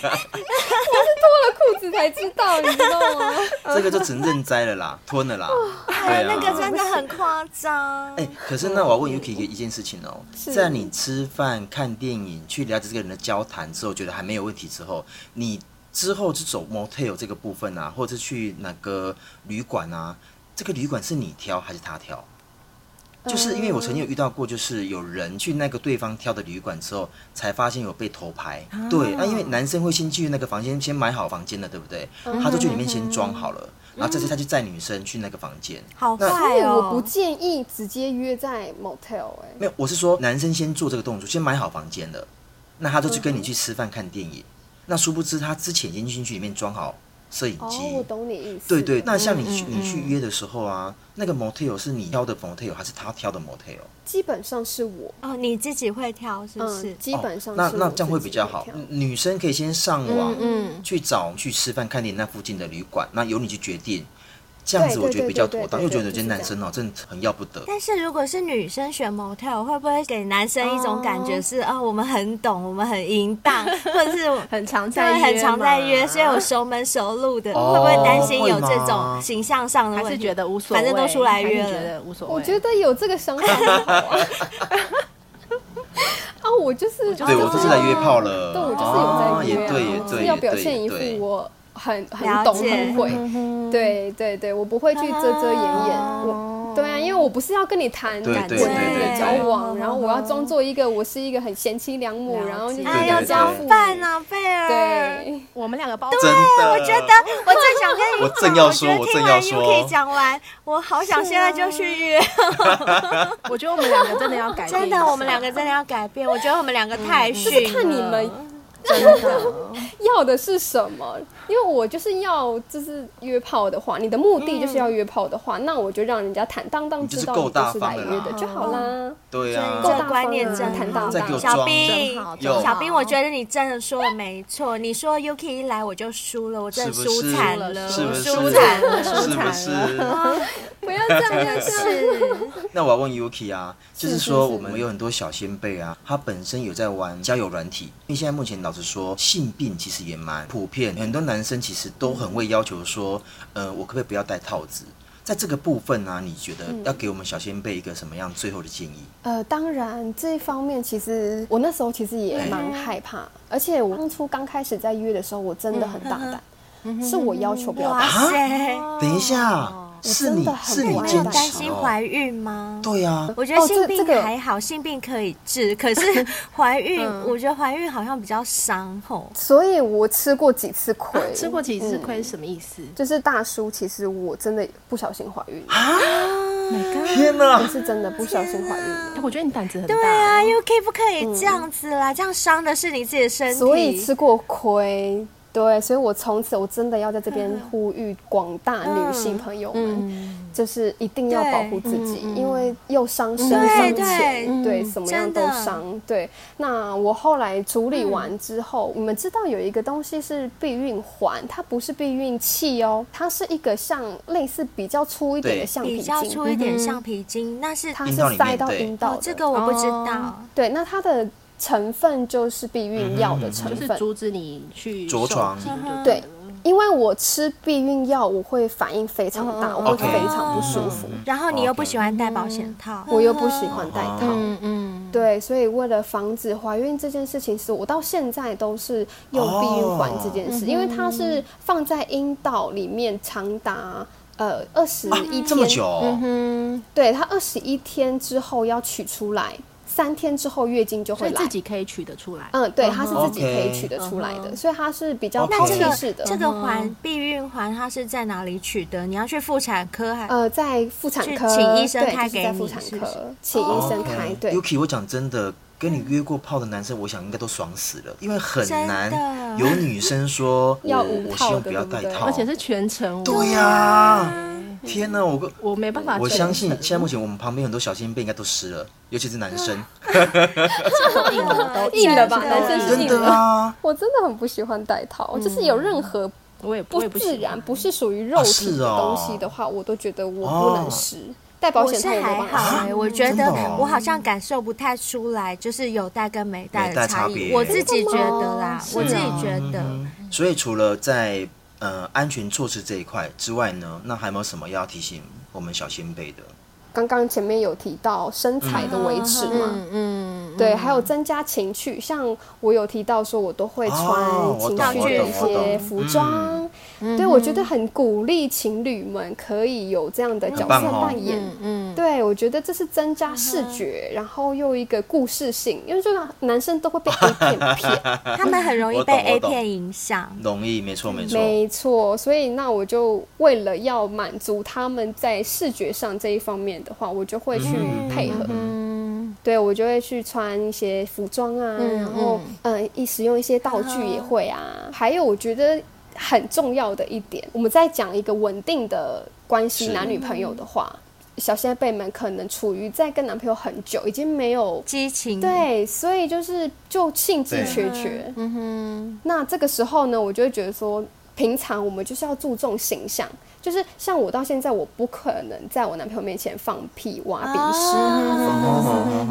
Speaker 2: 脱了裤子才知道，你知道吗？
Speaker 4: 这个就只能认栽了啦，吞了啦。对
Speaker 3: 哎那个
Speaker 4: 啊。
Speaker 3: 真的很夸张。
Speaker 4: 哎，可是那我要问 Yuki 一件事情哦，在你吃饭、看电影、去了解这个人的交谈之后，觉得还没有问题之后，你之后是走 motel 这个部分啊，或者去哪个旅馆啊？这个旅馆是你挑还是他挑？就是因为我曾经有遇到过，就是有人去那个对方挑的旅馆之后，才发现有被偷拍。对，啊，因为男生会先去那个房间，先买好房间了，对不对？他就去里面先装好了，然后这次他就载女生去那个房间。
Speaker 3: 好
Speaker 4: 那
Speaker 2: 所
Speaker 3: 坏
Speaker 2: 以我
Speaker 3: 哦！
Speaker 2: 不建议直接约在 motel 哎、
Speaker 4: 没有，我是说男生先做这个动作，先买好房间了，那他就去跟你去吃饭看电影。那殊不知他之前已经进去里面装好摄影
Speaker 2: 哦
Speaker 4: 机。，
Speaker 2: 我懂嗯你意思。
Speaker 4: 对对，那像你去、你去约的时候啊，那个 motel 是你挑的 motel 还是他挑的 motel？
Speaker 2: 基本上是我，
Speaker 3: 哦，你自己会挑是不是
Speaker 2: 嗯，？基本上
Speaker 4: 哦、
Speaker 2: 是
Speaker 4: 那
Speaker 2: 我
Speaker 4: 那这样会
Speaker 2: 自
Speaker 4: 比
Speaker 2: 己
Speaker 4: 较好嗯
Speaker 2: 挑。
Speaker 4: 女生可以先上网、
Speaker 5: 嗯，
Speaker 4: 去找去吃饭、看电影那附近的旅馆，那由你去决定。这样子
Speaker 2: 对
Speaker 4: 我
Speaker 2: 对
Speaker 4: 觉得
Speaker 2: 对
Speaker 4: 比较
Speaker 2: 对
Speaker 4: 妥
Speaker 2: 对
Speaker 4: 当，
Speaker 2: 对
Speaker 4: 因为觉
Speaker 2: 对
Speaker 4: 得这些
Speaker 2: 是这
Speaker 4: 男
Speaker 2: 样
Speaker 4: 生哦、真的很要不得。
Speaker 3: 但是如果是女生选 motel，会不会给男生一种感
Speaker 5: 哦
Speaker 3: 觉是啊、我们很懂，我们很淫 荡，或者是
Speaker 5: 很常
Speaker 3: 他
Speaker 5: 在
Speaker 3: 们
Speaker 5: 约嘛，啊
Speaker 3: 很常在约，所以我熟门熟路的，
Speaker 4: 哦
Speaker 3: 会不会担心有这
Speaker 4: 会吗
Speaker 3: 种形象上的
Speaker 5: 还
Speaker 3: 问
Speaker 5: 是
Speaker 3: 题
Speaker 5: 觉？得无所谓，
Speaker 3: 反正都出来约
Speaker 5: 还是
Speaker 3: 了
Speaker 5: 觉得无所谓。
Speaker 2: 我觉得有这个想法 很好啊。啊，我就是，
Speaker 4: 对我就是来约炮了。
Speaker 2: 对，我就是有在约、
Speaker 4: 哦，也
Speaker 2: 啊
Speaker 4: 对，也
Speaker 2: 我就是
Speaker 4: 对，
Speaker 2: 要
Speaker 4: 也
Speaker 2: 表
Speaker 4: 对
Speaker 2: 现
Speaker 4: 也
Speaker 2: 一副
Speaker 4: 对
Speaker 2: 我很很
Speaker 3: 了
Speaker 2: 懂
Speaker 3: 解
Speaker 2: 很会，对对对，我不会去遮遮掩掩，我对啊，因为我不是要跟你谈
Speaker 4: 对
Speaker 2: 感
Speaker 4: 对
Speaker 2: 情
Speaker 4: 对
Speaker 2: 的
Speaker 4: 对
Speaker 2: 交往，
Speaker 3: 对
Speaker 2: 然后我要装作一个我是一个很贤妻良母
Speaker 5: 了，解
Speaker 2: 然后就是
Speaker 5: 对
Speaker 3: 哎
Speaker 2: 一
Speaker 3: 呀，
Speaker 2: 定要
Speaker 4: 对
Speaker 2: 家
Speaker 4: 对
Speaker 2: 父
Speaker 3: 怎么办呢、啊贝尔？
Speaker 2: 对，
Speaker 5: 我们两个包
Speaker 4: 真的，
Speaker 3: 我觉得我正想跟你讲，
Speaker 4: 我正要说
Speaker 3: 我
Speaker 4: 我
Speaker 3: 觉得听
Speaker 4: 正
Speaker 3: 完
Speaker 4: 要说
Speaker 3: Yuki 讲完，我好想现在就去约。
Speaker 5: 啊我觉得我们两个真的要改变一
Speaker 3: 真
Speaker 5: 下，
Speaker 3: 的，我们两个真的要改变。我觉得我们两个
Speaker 5: 嗯
Speaker 3: 太逊了。
Speaker 2: 看你们
Speaker 5: 真的，
Speaker 2: 要的是什么？因为我就是要就是约炮的话，你的目的就是要约炮的话，那我就让人家坦荡荡
Speaker 4: 你就是
Speaker 2: 知道
Speaker 4: 够
Speaker 2: 你就
Speaker 4: 大
Speaker 2: 是
Speaker 4: 方
Speaker 2: 来
Speaker 4: 的
Speaker 2: 约的
Speaker 4: 啦
Speaker 2: 就好啦。
Speaker 3: 嗯
Speaker 4: 对
Speaker 3: 这
Speaker 4: 啊，
Speaker 2: 够大
Speaker 3: 这
Speaker 2: 方
Speaker 3: 观念
Speaker 2: 啊
Speaker 3: 真
Speaker 2: 坦
Speaker 3: 好
Speaker 2: 荡，
Speaker 4: 再给我
Speaker 3: 小
Speaker 4: 装
Speaker 3: 兵
Speaker 5: 真好，真
Speaker 4: 好
Speaker 3: 小兵，我觉得你真的说的没错。你说 Yuki 一来我就输了，我真的
Speaker 4: 是不
Speaker 3: 输
Speaker 4: 是
Speaker 3: 惨了，
Speaker 4: 是不
Speaker 3: 我
Speaker 4: 是？
Speaker 3: 输惨 了，
Speaker 4: 是
Speaker 5: 输惨
Speaker 4: 不
Speaker 5: 了
Speaker 4: 是？
Speaker 2: 不要这样，不要这样。
Speaker 4: 那我要问 Yuki 啊，就是
Speaker 2: 是
Speaker 4: 说
Speaker 2: 是
Speaker 4: 我们有很多小先辈啊，他本身有在玩交友软体，因为现在目前老实说，性病其实也蛮普遍，很多男生其实都很会要求说，呃，我可不可以不要戴套子？在这个部分呢、啊，你觉得要给我们小先辈一个什么样最后的建议？
Speaker 2: 呃，当然，这一方面其实我那时候其实也
Speaker 5: 嗯
Speaker 2: 蛮害怕，而且我当初刚开始在约的时候，我真的很大胆，
Speaker 5: 嗯
Speaker 2: 是我要求不要
Speaker 3: 哇
Speaker 2: 打，
Speaker 3: 塞！
Speaker 4: 等一下，是
Speaker 2: 真
Speaker 4: 你
Speaker 2: 的很
Speaker 4: 是你
Speaker 2: 不
Speaker 3: 没有
Speaker 4: 坚
Speaker 3: 担
Speaker 4: 持
Speaker 3: 心
Speaker 4: 哦
Speaker 3: 怀，孕吗？
Speaker 4: 对啊，
Speaker 3: 我觉得
Speaker 2: 哦
Speaker 3: 性
Speaker 2: 这这
Speaker 3: 病
Speaker 2: 个
Speaker 3: 还好，性病可以治，可是怀孕，我觉得怀孕好像比较伤吼。
Speaker 2: 所以我吃过几次亏，
Speaker 5: 吃过几次啊亏是什么意思？
Speaker 2: 就是大叔，其实我真的不小心怀孕，
Speaker 4: 天哪
Speaker 2: 我！是真的不小心怀孕，
Speaker 5: 我觉得你胆子很大，欸
Speaker 3: 对啊，Yuki 不可以这样子啦，这样伤的是你自己的身体。
Speaker 2: 所以吃过亏。对，所以我从此我真的要在这边呼吁广大女性朋友们，
Speaker 3: 嗯
Speaker 2: 就是一定要保护自己，因为又伤身
Speaker 3: 对
Speaker 2: 伤
Speaker 3: 嗯
Speaker 2: 钱，对，什么样都伤。对，那我后来处理完之后，你们知道有一个东西是避孕环，它不是避孕器哦，它是一个像类似比较粗一点
Speaker 4: 对
Speaker 2: 的橡皮
Speaker 3: 比较
Speaker 2: 筋，
Speaker 3: 粗一点橡皮筋，那是
Speaker 2: 它
Speaker 4: 阴
Speaker 2: 是
Speaker 4: 道里面
Speaker 2: 塞到
Speaker 4: 对
Speaker 2: 阴道
Speaker 3: 哦
Speaker 2: 的，。
Speaker 3: 这个我不知道。
Speaker 2: 对，那它的成分就是避孕药的成
Speaker 5: 就是
Speaker 2: 分，
Speaker 5: 阻止你去
Speaker 4: 着床
Speaker 5: 受精
Speaker 3: 嗯
Speaker 5: 就了
Speaker 2: 对。因为我吃避孕药，我会反应非常大，我会
Speaker 4: 嗯 OK 嗯
Speaker 2: 非常不舒服，
Speaker 3: 然后
Speaker 2: 哦
Speaker 3: 你又不喜欢戴保险套，
Speaker 2: 我又不喜欢戴套。
Speaker 5: 嗯嗯，
Speaker 2: 对，所以为了防止怀孕这件事情，是我到现在都是用避孕环这件
Speaker 4: 哦
Speaker 2: 事，因为它是放在阴道里面长达呃二十
Speaker 4: 啊
Speaker 2: 一，
Speaker 4: 这么
Speaker 2: 天，
Speaker 4: 久哦、
Speaker 2: 对，它二十一天之后要取出来，三天之后月经就
Speaker 5: 所
Speaker 2: 会
Speaker 5: 以
Speaker 2: 来
Speaker 5: 自。己可以取得出来。
Speaker 2: 嗯，对，它是自己可
Speaker 4: OK 哦
Speaker 2: 以取得出来的，所以它是比较
Speaker 4: OK
Speaker 2: 透
Speaker 3: 嗯那这
Speaker 2: 气式
Speaker 3: 个
Speaker 2: 的。嗯
Speaker 3: 这个环避孕环它是在哪里取得？你要去妇产科还？
Speaker 2: 呃，在妇产
Speaker 3: 去
Speaker 2: 科，
Speaker 3: 请医生
Speaker 2: 对
Speaker 3: 开
Speaker 2: 就是
Speaker 3: 给
Speaker 2: 在
Speaker 3: 你
Speaker 2: 妇产
Speaker 3: 是不
Speaker 2: 科
Speaker 3: 是
Speaker 2: 请医生开
Speaker 4: 哦 OK，
Speaker 2: 对。
Speaker 4: Yuki，我讲真的，跟你约过炮的男生，我想应该都爽死了，因为很
Speaker 3: 真的
Speaker 4: 难有女生说
Speaker 2: 要
Speaker 4: 我
Speaker 2: 无
Speaker 4: 我
Speaker 2: 套
Speaker 4: 希望
Speaker 2: 的
Speaker 4: 不要
Speaker 2: 对
Speaker 4: 戴
Speaker 2: 不对
Speaker 4: 套，
Speaker 5: 而且是全程我，
Speaker 4: 对呀、啊
Speaker 2: 啊
Speaker 4: 天哪，我个
Speaker 5: 我没办法全程，
Speaker 4: 我相信现在目前我们旁边很多小先辈应该都湿了，尤其是男生，
Speaker 5: 都硬了，都
Speaker 2: 硬了吧
Speaker 5: 都
Speaker 2: 男生是
Speaker 4: 真的啊，
Speaker 2: 我真的很不喜欢戴套，就是有任何
Speaker 5: 我也我
Speaker 2: 不
Speaker 5: 也不
Speaker 2: 自
Speaker 5: 喜
Speaker 2: 然、
Speaker 5: 欢。
Speaker 2: 不是属于肉体
Speaker 4: 是
Speaker 2: 的
Speaker 4: 哦
Speaker 2: 东西的话，我都觉得我不
Speaker 4: 哦
Speaker 2: 能试。戴保
Speaker 3: 我
Speaker 2: 险
Speaker 3: 是
Speaker 2: 套我没
Speaker 3: 还好
Speaker 2: 办法
Speaker 3: 哎、
Speaker 2: 试。
Speaker 3: 我觉
Speaker 4: 真
Speaker 3: 得
Speaker 4: 的哦
Speaker 3: 我好像感受不太出来，就是有戴跟没戴
Speaker 4: 没
Speaker 3: 的
Speaker 4: 戴
Speaker 3: 差
Speaker 4: 差
Speaker 3: 异。
Speaker 4: 别嗯
Speaker 3: 我自己觉得啦，
Speaker 2: 真的吗
Speaker 3: 我自己
Speaker 2: 是啊
Speaker 3: 觉得，
Speaker 4: 所以除了在呃安全措施这一块之外呢，那还有没有什么要提醒我们小先辈的？
Speaker 2: 刚刚前面有提到身材的维持嘛，
Speaker 5: 嗯，
Speaker 2: 对，还有增加情趣，像我有提到说，我都会
Speaker 4: 哦
Speaker 2: 穿
Speaker 4: 我
Speaker 2: 情
Speaker 4: 懂
Speaker 2: 趣
Speaker 3: 我懂
Speaker 2: 的一
Speaker 3: 我
Speaker 2: 些
Speaker 4: 懂嗯
Speaker 2: 服装，对我觉得很鼓励情侣们可以有这样的角
Speaker 4: 棒
Speaker 2: 色
Speaker 4: 哦
Speaker 2: 扮演。
Speaker 5: 嗯，
Speaker 2: 对，我觉得这是增加视觉，然后又一个故事性，因为就是男生都会被 A 片骗，
Speaker 3: 他们很容易
Speaker 4: 我懂
Speaker 3: 被 A
Speaker 4: 我懂
Speaker 3: 片影响。
Speaker 4: 容易，没错没错，
Speaker 2: 没错，所以那我就为了要满足他们在视觉上这一方面的话，我就会去配合。对，我就会去穿一些呃服装啊，然后嗯，一使用一些道具也会啊。还有，我觉得很重要的一点，我们在讲一个稳定的关系，
Speaker 4: 是
Speaker 2: 男女朋友的话，小先辈们可能处于在跟男朋友很久，已经没有
Speaker 3: 激情，
Speaker 2: 对，所以就是就兴致缺缺。嗯哼，那这个时候呢，我就会觉得说，平常我们就是要注重形象，就是像我到现在，我不可能在我男朋友面前放屁、挖鼻屎，
Speaker 3: 啊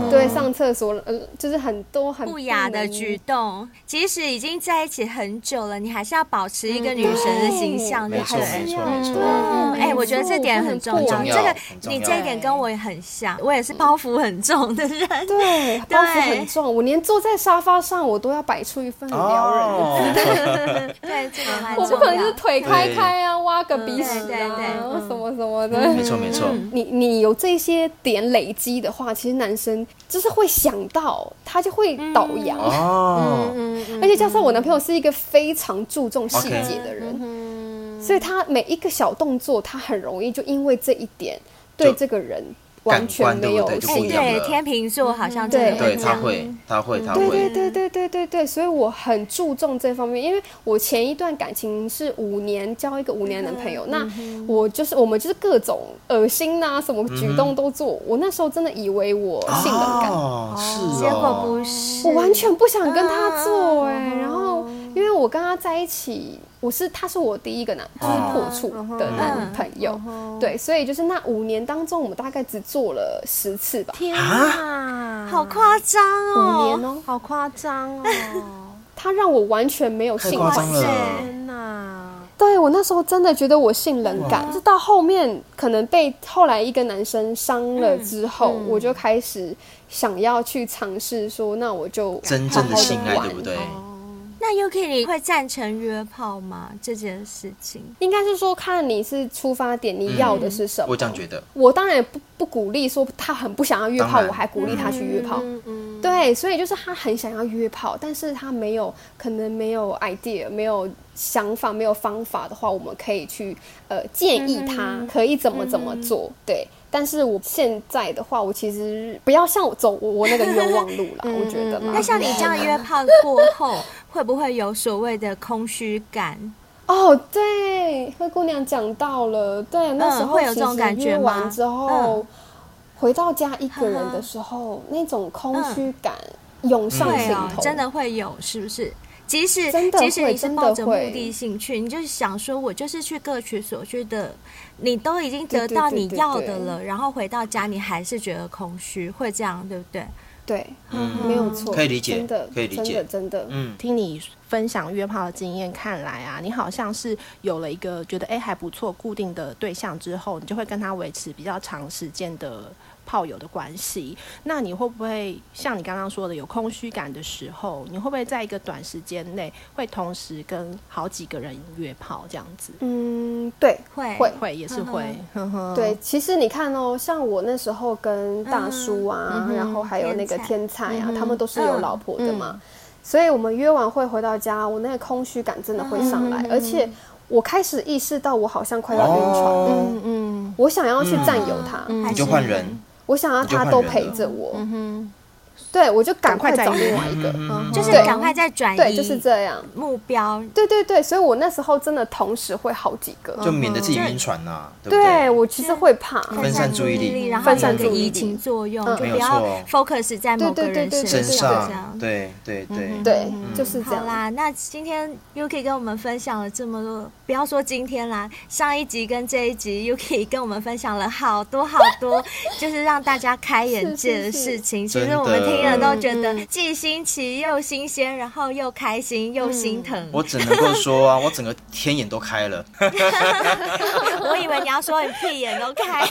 Speaker 2: 对，上厕所，呃，就是很多很
Speaker 3: 不雅的
Speaker 2: 能
Speaker 3: 举
Speaker 2: 嗯
Speaker 3: 动，即使已经在一起很久了，你还是要保持
Speaker 2: 嗯
Speaker 3: 一个女神的形象，对
Speaker 4: 没
Speaker 3: 不
Speaker 4: 错，
Speaker 3: 对
Speaker 4: 没？错，没错。
Speaker 3: 嗯，哎、
Speaker 2: 没
Speaker 3: 我觉得
Speaker 2: 错
Speaker 3: 这点
Speaker 2: 不
Speaker 3: 很
Speaker 2: 能
Speaker 3: 重
Speaker 2: 过
Speaker 3: 要，
Speaker 4: 很重
Speaker 3: 这
Speaker 4: 要
Speaker 3: 个
Speaker 4: 很重
Speaker 3: 你
Speaker 4: 要
Speaker 3: 这一点跟我也很像，我也是包袱很重的人。
Speaker 2: 对，包
Speaker 3: 对
Speaker 2: 袱很重，我连坐在沙发上，我都要摆出一份很撩人的姿势。
Speaker 4: 哦
Speaker 3: 对，这哦个蛮
Speaker 2: 哦我
Speaker 3: 重
Speaker 2: 不可能
Speaker 3: 要
Speaker 2: 就是。腿开开啊，嗯挖个鼻
Speaker 3: 嗯
Speaker 2: 屎
Speaker 3: 对对
Speaker 2: 啊，
Speaker 3: 对
Speaker 2: 什么什么的。
Speaker 4: 没错， 没错。
Speaker 2: 你你有这些点累积的话，其实男生就是会想到，他就会倒洋。嗯
Speaker 4: 哦，
Speaker 2: 而且加上我男朋友是一个非常注重细节的人所以他每一个小动作，他很容易就因为这一点对
Speaker 4: 就
Speaker 2: 这个人完全没有
Speaker 4: 感官对不对就
Speaker 3: 哎、
Speaker 4: 不一样
Speaker 3: 对，
Speaker 4: 了
Speaker 3: 天秤座好像真
Speaker 2: 对
Speaker 3: 的会
Speaker 4: 对，
Speaker 3: 哎这
Speaker 4: 他
Speaker 3: 样。
Speaker 4: 会，他会，他
Speaker 2: 对对
Speaker 4: 会。
Speaker 2: 对对对对对，所以我很注重这方面，因为我前一段感情是五年交一个五年的男朋友，那我就是我们就是各种恶心呐、什么举动都做，我那时候真的以为我性冷感，
Speaker 4: 嗯哦，是哦。
Speaker 3: 结果不是，
Speaker 2: 我完全不想跟他做哎、然后因为我跟他在一起，我是他是我第一个男就是
Speaker 4: 哦
Speaker 2: 破处的男朋友，对，所以就是那五年当中，我们大概只做了十次吧，
Speaker 5: 天啊，
Speaker 3: 好夸张
Speaker 2: 五
Speaker 3: 哦！
Speaker 2: 年哦、
Speaker 5: 好夸张哦！
Speaker 2: 他让我完全没有
Speaker 4: 太
Speaker 2: 性
Speaker 4: 夸
Speaker 2: 幻
Speaker 4: 张
Speaker 2: 想。
Speaker 4: 了。
Speaker 5: 天哪，
Speaker 2: 对我那时候真的觉得我性冷感，是到后面可能被后来一个男生伤了之后，
Speaker 5: 嗯
Speaker 2: 我就开始想要去尝试说，那我就
Speaker 4: 真正的
Speaker 2: 好好地
Speaker 4: 性爱，
Speaker 2: 玩
Speaker 4: 对不对？
Speaker 3: 那 UK 你会赞成约炮吗？这件事情，
Speaker 2: 应该是说看你是出发点，你要的是什么。
Speaker 4: 嗯我这样觉得。
Speaker 2: 我当然也不不鼓励说他很不想要约炮，
Speaker 4: 当然
Speaker 2: 我还鼓励他去约
Speaker 5: 嗯
Speaker 2: 炮。对，所以就是他很想要约炮，但是他没有可能没有 idea，没有想法，没有方法的话，我们可以去呃建议
Speaker 3: 嗯
Speaker 2: 他可以怎么怎么做。对，但是我现在的话，我其实不要像我走我我那个冤枉路 啦，我觉得啦。
Speaker 3: 嗯那像你这样约炮过后，会不会有所谓的空虚感？
Speaker 2: 哦，对，灰姑娘讲到了，对，那时候
Speaker 3: 会有
Speaker 2: 其
Speaker 3: 这种
Speaker 2: 实
Speaker 3: 感觉
Speaker 2: 约
Speaker 3: 吗
Speaker 2: 完之后，
Speaker 3: 嗯
Speaker 2: 回到家一个人的时候，那种空
Speaker 3: 嗯
Speaker 2: 虚感涌上
Speaker 3: 会
Speaker 2: 心
Speaker 3: 哦，
Speaker 2: 头，
Speaker 3: 真的会有，是不是？即使
Speaker 2: 真的
Speaker 3: 即使
Speaker 2: 会
Speaker 3: 你是
Speaker 2: 真的
Speaker 3: 抱着目
Speaker 2: 会
Speaker 3: 的性去，你就是想说，我就是去各取所需的，你都已经得
Speaker 2: 对对
Speaker 3: 到
Speaker 2: 对
Speaker 3: 你
Speaker 2: 对
Speaker 3: 要
Speaker 2: 对
Speaker 3: 的了，然后回到家你还是觉得空虚，会这样对不对？
Speaker 2: 对，
Speaker 4: 嗯
Speaker 2: 没有错，
Speaker 4: 可以理解
Speaker 2: 真的，
Speaker 4: 可以理解
Speaker 2: 真的，真的，
Speaker 4: 嗯，
Speaker 5: 听你分享约炮的经验，看来啊，你好像是有了一个觉得哎、还不错固定的对象之后，你就会跟他维持比较长时间的炮友的关系。那你会不会像你刚刚说的有空虚感的时候，你会不会在一个短时间内会同时跟好几个人约炮这样子？
Speaker 2: 嗯，对，
Speaker 3: 会
Speaker 2: 会
Speaker 5: 会也是会，嗯呵呵，
Speaker 2: 对，其实你看哦，像我那时候跟大叔啊，然后还有那个
Speaker 3: 天
Speaker 2: 天才啊，他们都是有老婆的嘛，所以我们约完会回到家，我那个空虚感真的会上来，而且我开始意识到我好像快要晕船了，
Speaker 4: 哦，
Speaker 5: 嗯嗯，
Speaker 2: 我想要去占有他，
Speaker 3: 还
Speaker 4: 你就是换人，
Speaker 2: 我想要他都陪着我，
Speaker 5: 嗯
Speaker 2: 对我就赶快找另外一个，
Speaker 3: 就是
Speaker 2: 对
Speaker 3: 赶快再转移，
Speaker 2: 对，就是这样。
Speaker 3: 目标。
Speaker 2: 对对对，所以我那时候真的同时会好几个，
Speaker 4: 就免得自己晕船呐，对不
Speaker 2: 嗯对
Speaker 4: 对？
Speaker 2: 我其实会怕，
Speaker 4: 分散注意力
Speaker 3: 然后
Speaker 2: 分
Speaker 3: 有
Speaker 2: 散
Speaker 3: 个
Speaker 2: 注意
Speaker 3: 移
Speaker 2: 力嗯
Speaker 3: 情作用，就
Speaker 4: 没
Speaker 3: 不
Speaker 4: 有
Speaker 3: 要
Speaker 4: 错
Speaker 3: focus 在某
Speaker 2: 对
Speaker 3: 个
Speaker 2: 对
Speaker 3: 人
Speaker 2: 对对
Speaker 4: 身
Speaker 3: 身
Speaker 2: 对对
Speaker 3: 上，
Speaker 2: 这嗯
Speaker 4: 上，对对对，
Speaker 2: 对，就是这
Speaker 3: 好
Speaker 2: 样。
Speaker 3: 啦，那今天 Yuki 跟我们分享了这么多，不要说今天啦，上一集跟这一集 Yuki 跟我们分享了好多好 多，就是让大家开眼界的事情。
Speaker 4: 是是嗯
Speaker 3: 其实我们听了
Speaker 4: 真的
Speaker 3: 都觉得既新奇又新鲜，然后又开心又心疼。
Speaker 4: 我只能够说啊，我整个天眼都开了。
Speaker 3: 我以为你要说你屁眼都开，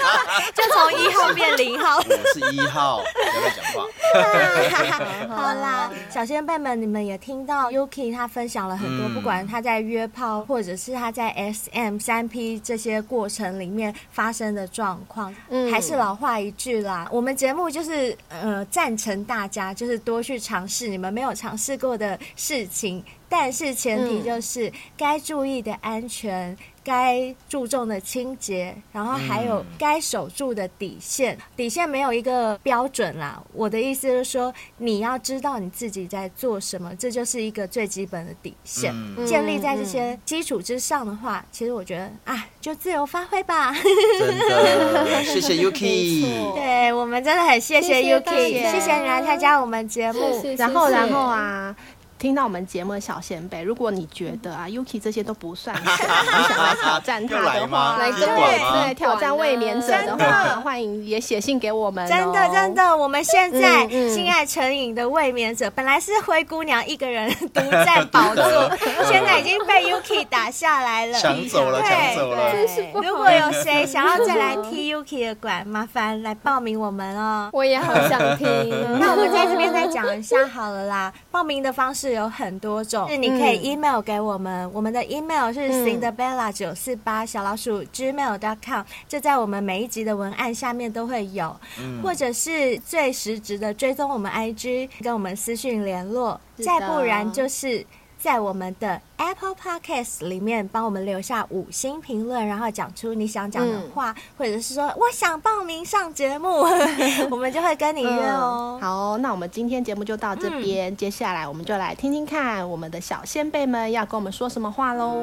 Speaker 3: 就从一号变零号。
Speaker 4: 我是一号，不要乱讲话。
Speaker 3: 好啦，小先辈们，你们也听到 Yuki 他分享了很多，
Speaker 4: 嗯
Speaker 3: 不管他在约炮或者是他在 SM 三 P 这些过程里面发生的状况。还
Speaker 4: 嗯
Speaker 3: 是老话一句啦，我们节目就是呃赞成大家就是多去尝试你们没有尝
Speaker 4: 嗯
Speaker 3: 试过的事情，但是前提就是该注意的安全。该注重的清洁，然后还有
Speaker 4: 嗯
Speaker 3: 该守住的底线。底线没有一个标准啦。我的意思就是说，你要知道你自己在做什么，这就是一个最基本的底线。
Speaker 4: 嗯
Speaker 3: 建立在这些基础之上的话，其实我觉得啊，就自由发挥吧。
Speaker 4: 真的，谢谢 Yuki。
Speaker 3: 对我们真的很谢谢
Speaker 2: 谢谢
Speaker 3: Yuki，
Speaker 2: 大家
Speaker 3: 谢谢你来参加我们节目。
Speaker 2: 谢谢
Speaker 5: 然后，
Speaker 2: 谢谢
Speaker 5: 然后啊。听到我们节目的小先辈，如果你觉得啊，Yuki 这些都不算什么，你想来挑战他
Speaker 4: 又来
Speaker 5: 的话，
Speaker 4: 吗
Speaker 2: 来
Speaker 5: 对
Speaker 2: 跟
Speaker 4: 医馆吗
Speaker 5: 对，挑战卫冕者的
Speaker 3: 真的
Speaker 5: 话，欢迎也写信给我们哦。
Speaker 3: 真的真的，我们现在
Speaker 5: 嗯嗯
Speaker 3: 性爱成瘾的卫冕者，本来是灰姑娘一个人独占宝座， 现在已经被 Yuki 打下来了。
Speaker 4: 抢走了，
Speaker 3: 对
Speaker 4: 抢走了。
Speaker 2: 真是不好
Speaker 3: 如果有谁想要再来踢 Yuki 的管，麻烦来报名我们哦。
Speaker 2: 我也好想
Speaker 5: 嗯
Speaker 2: 听。啊
Speaker 3: 那我们在 这边再讲一下好了啦。报名的方式有很多种，
Speaker 5: 嗯
Speaker 3: 是你可以 email 给我们，我们的 email 是 cinderella 九四八小老鼠 gmail.com，这在我们每一集的文案下面都会有，
Speaker 5: 嗯
Speaker 3: 或者是最实质的追踪我们 IG，跟我们私讯联络，
Speaker 5: 是
Speaker 3: 再
Speaker 5: 的
Speaker 3: 不然就是。在我们的 Apple Podcast 里面帮我们留下五星评论，然后讲出你想讲的
Speaker 5: 嗯
Speaker 3: 话，或者是说我想报名上节目， 我们就会跟你约哦。
Speaker 5: 好哦、那我们今天节目就到这边，
Speaker 3: 嗯
Speaker 5: 接下来我们就来听听看我们的小先辈们要跟我们说什么话喽。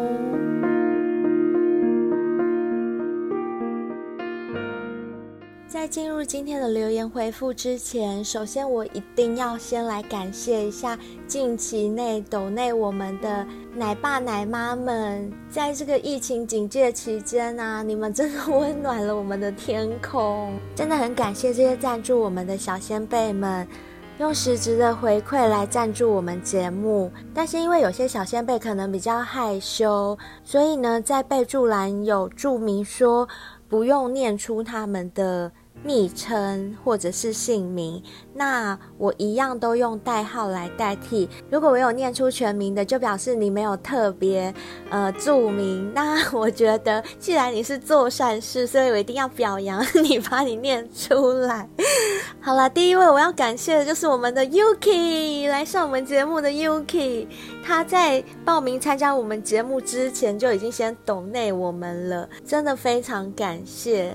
Speaker 3: 在进入今天的留言回复之前，首先我一定要先来感谢一下近期内抖内我们的奶爸奶妈们，在这个疫情警戒期间啊，你们真的温暖了我们的天空，真的很感谢这些赞助我们的小先辈们。用实质的回馈来赞助我们节目，但是因为有些小先辈可能比较害羞，所以呢，在备注栏有注明说不用念出他们的昵称或者是姓名，那我一样都用代号来代替。如果我有念出全名的，就表示你没有特别呃注明。那我觉得，既然你是做善事，所以我一定要表扬你，把你念出来。好了，第一位我要感谢的就是我们的 Yuki 来上我们节目的 Yuki，他在报名参加我们节目之前就已经先懂内我们了，真的非常感谢。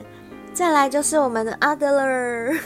Speaker 3: 再来就是我们的 Adler，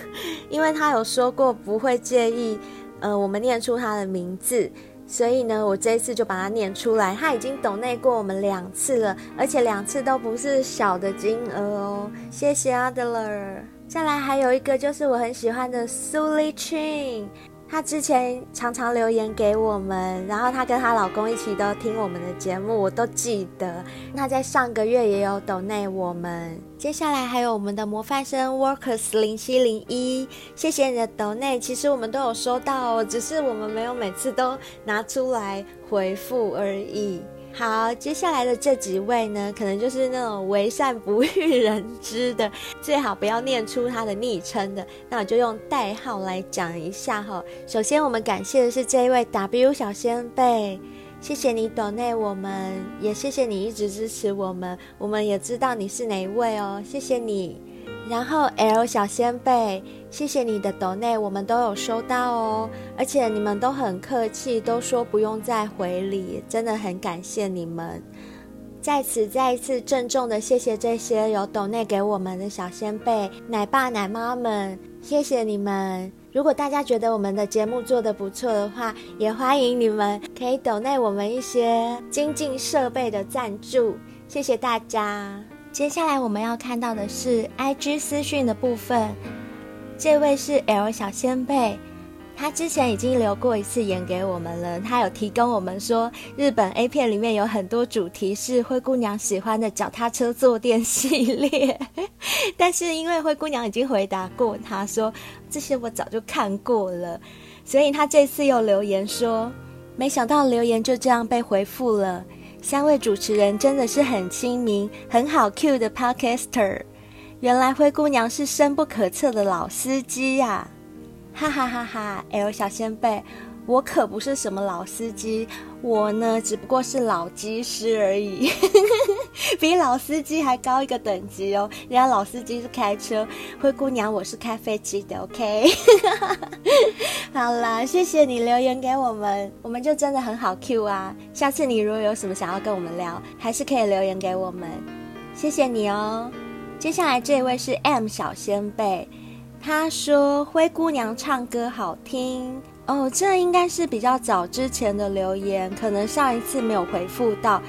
Speaker 3: 因 为他有说过不会介意，呃，我们念出他的名字，所以呢，我这一次就把它念出来。他已经抖内过我们两次了，而且两次都不是小的金额哦。谢谢 Adler。再来还有一个就是我很喜欢的苏丽 Chin，她之前常常留言给我们，然后她跟她老公一起都听我们的节目，我都记得。她在上个月也有抖内我们。接下来还有我们的模范生 Workers 零七零一，谢谢你的抖内，其实我们都有收到哦，只是我们没有每次都拿出来回复而已。好，接下来的这几位呢，可能就是那种为善不欲人知的，最好不要念出他的昵称的。那我就用代号来讲一下哈。首先，我们感谢的是这一位 W 小先辈，谢谢你懂内我们，也谢谢你一直支持我们，我们也知道你是哪一位哦，谢谢你。然后 L 小先辈，谢谢你的抖内，我们都有收到哦，而且你们都很客气，都说不用再回礼，真的很感谢你们。在此再一次郑重的谢谢这些有抖内给我们的小先辈、奶爸、奶妈们，谢谢你们！如果大家觉得我们的节目做得不错的话，也欢迎你们可以抖内我们一些精进设备的赞助，谢谢大家。接下来我们要看到的是 IG 私讯的部分，这位是 L 小先辈，他之前已经留过一次言给我们了，他有提供我们说，日本 A 片里面有很多主题是灰姑娘喜欢的脚踏车坐垫系列， 但是因为灰姑娘已经回答过他说这些我早就看过了，所以他这次又留言说，没想到留言就这样被回复了。三位主持人真的是很亲民、很好 Q 的 Podcaster，原来灰姑娘是深不可测的老司机呀、哈哈哈哈！L 小先辈，我可不是什么老司机，我呢只不过是老技师而已， 比老司机还高一个等级哦。人家老司机是开车，灰姑娘我是开飞机的，OK 好啦，谢谢你留言给我们，我们就真的很好 Q 啊。下次你如果有什么想要跟我们聊，还是可以留言给我们，谢谢你哦。接下来这位是 M 小先辈，他说灰姑娘唱歌好听哦，这应该是比较早之前的留言，可能上一次没有回复到。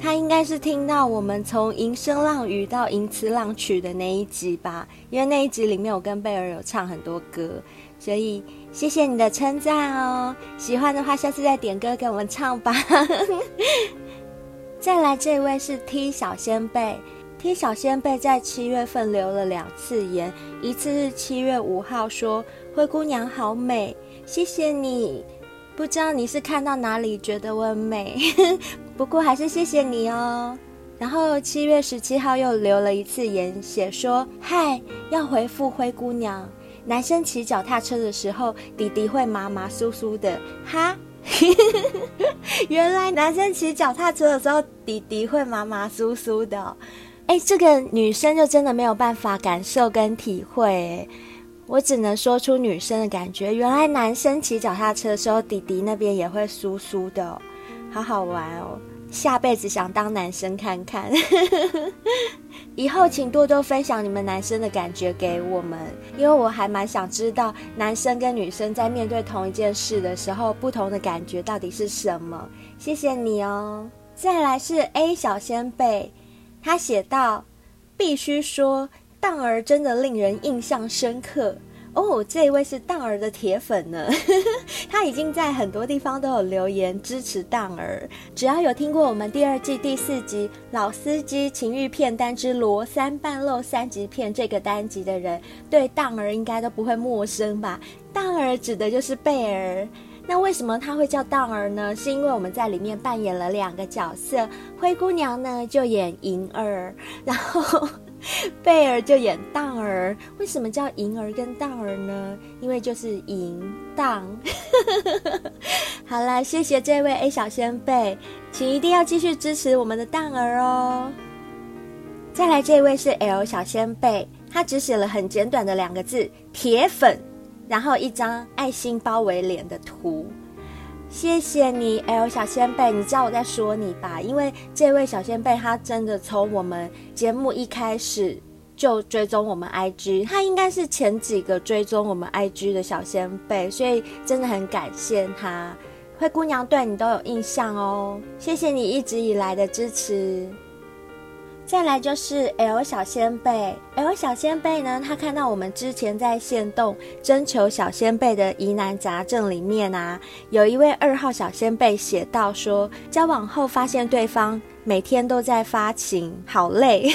Speaker 3: 他应该是听到我们从《吟声浪语》到《吟词浪曲》的那一集吧，因为那一集里面我跟贝尔有唱很多歌，所以谢谢你的称赞哦。喜欢的话，下次再点歌给我们唱吧。 再来这位是 T 小先辈。T 小仙贝在七月份留了两次言，一次是七月五号说“灰姑娘好美”，谢谢你。不知道你是看到哪里觉得我很美，不过还是谢谢你哦。然后七月十七号又留了一次言，写说“嗨，要回复灰姑娘”。男生骑脚踏车的时候，弟弟会麻麻酥酥的，哈。 原来男生骑脚踏车的时候，弟弟会麻麻酥酥的哦、哎，这个女生就真的没有办法感受跟体会耶，我只能说出女生的感觉。原来男生骑脚踏车的时候，弟弟那边也会酥酥的哦、好好玩哦。下辈子想当男生看看， 以后请多多分享你们男生的感觉给我们，因为我还蛮想知道男生跟女生在面对同一件事的时候，不同的感觉到底是什么。谢谢你哦。再来是 A 小先辈，他写道：“必须说，荡儿真的令人印象深刻哦。这一位是荡儿的铁粉呢，他已经在很多地方都有留言支持荡儿。只要有听过我们第二季第四集《老司机情欲片单之罗三半漏三级片》这个单集的人，对荡儿应该都不会陌生吧？荡儿指的就是贝儿。”那为什么他会叫荡儿呢？是因为我们在里面扮演了两个角色，灰姑娘呢就演银儿，然后 贝儿就演荡儿。为什么叫银儿跟荡儿呢？因为就是银荡。好啦，谢谢这位 A 小先辈，请一定要继续支持我们的荡儿哦。再来这位是 L 小先贝，他只写了很简短的两个字“铁粉”，然后一张爱心包围脸的图。谢谢你，L 小先贝，你知道我在说你吧？因为这位小先贝他真的从我们节目一开始就追踪我们 IG，他应该是前几个追踪我们 IG 的小先贝，所以真的很感谢他。灰姑娘对你都有印象哦，谢谢你一直以来的支持。再来就是 L 小仙贝，L 小仙贝呢，他看到我们之前在线动征求小仙贝的疑难杂症里面啊，有一位二号小仙贝写到说，交往后发现对方每天都在发情，好累。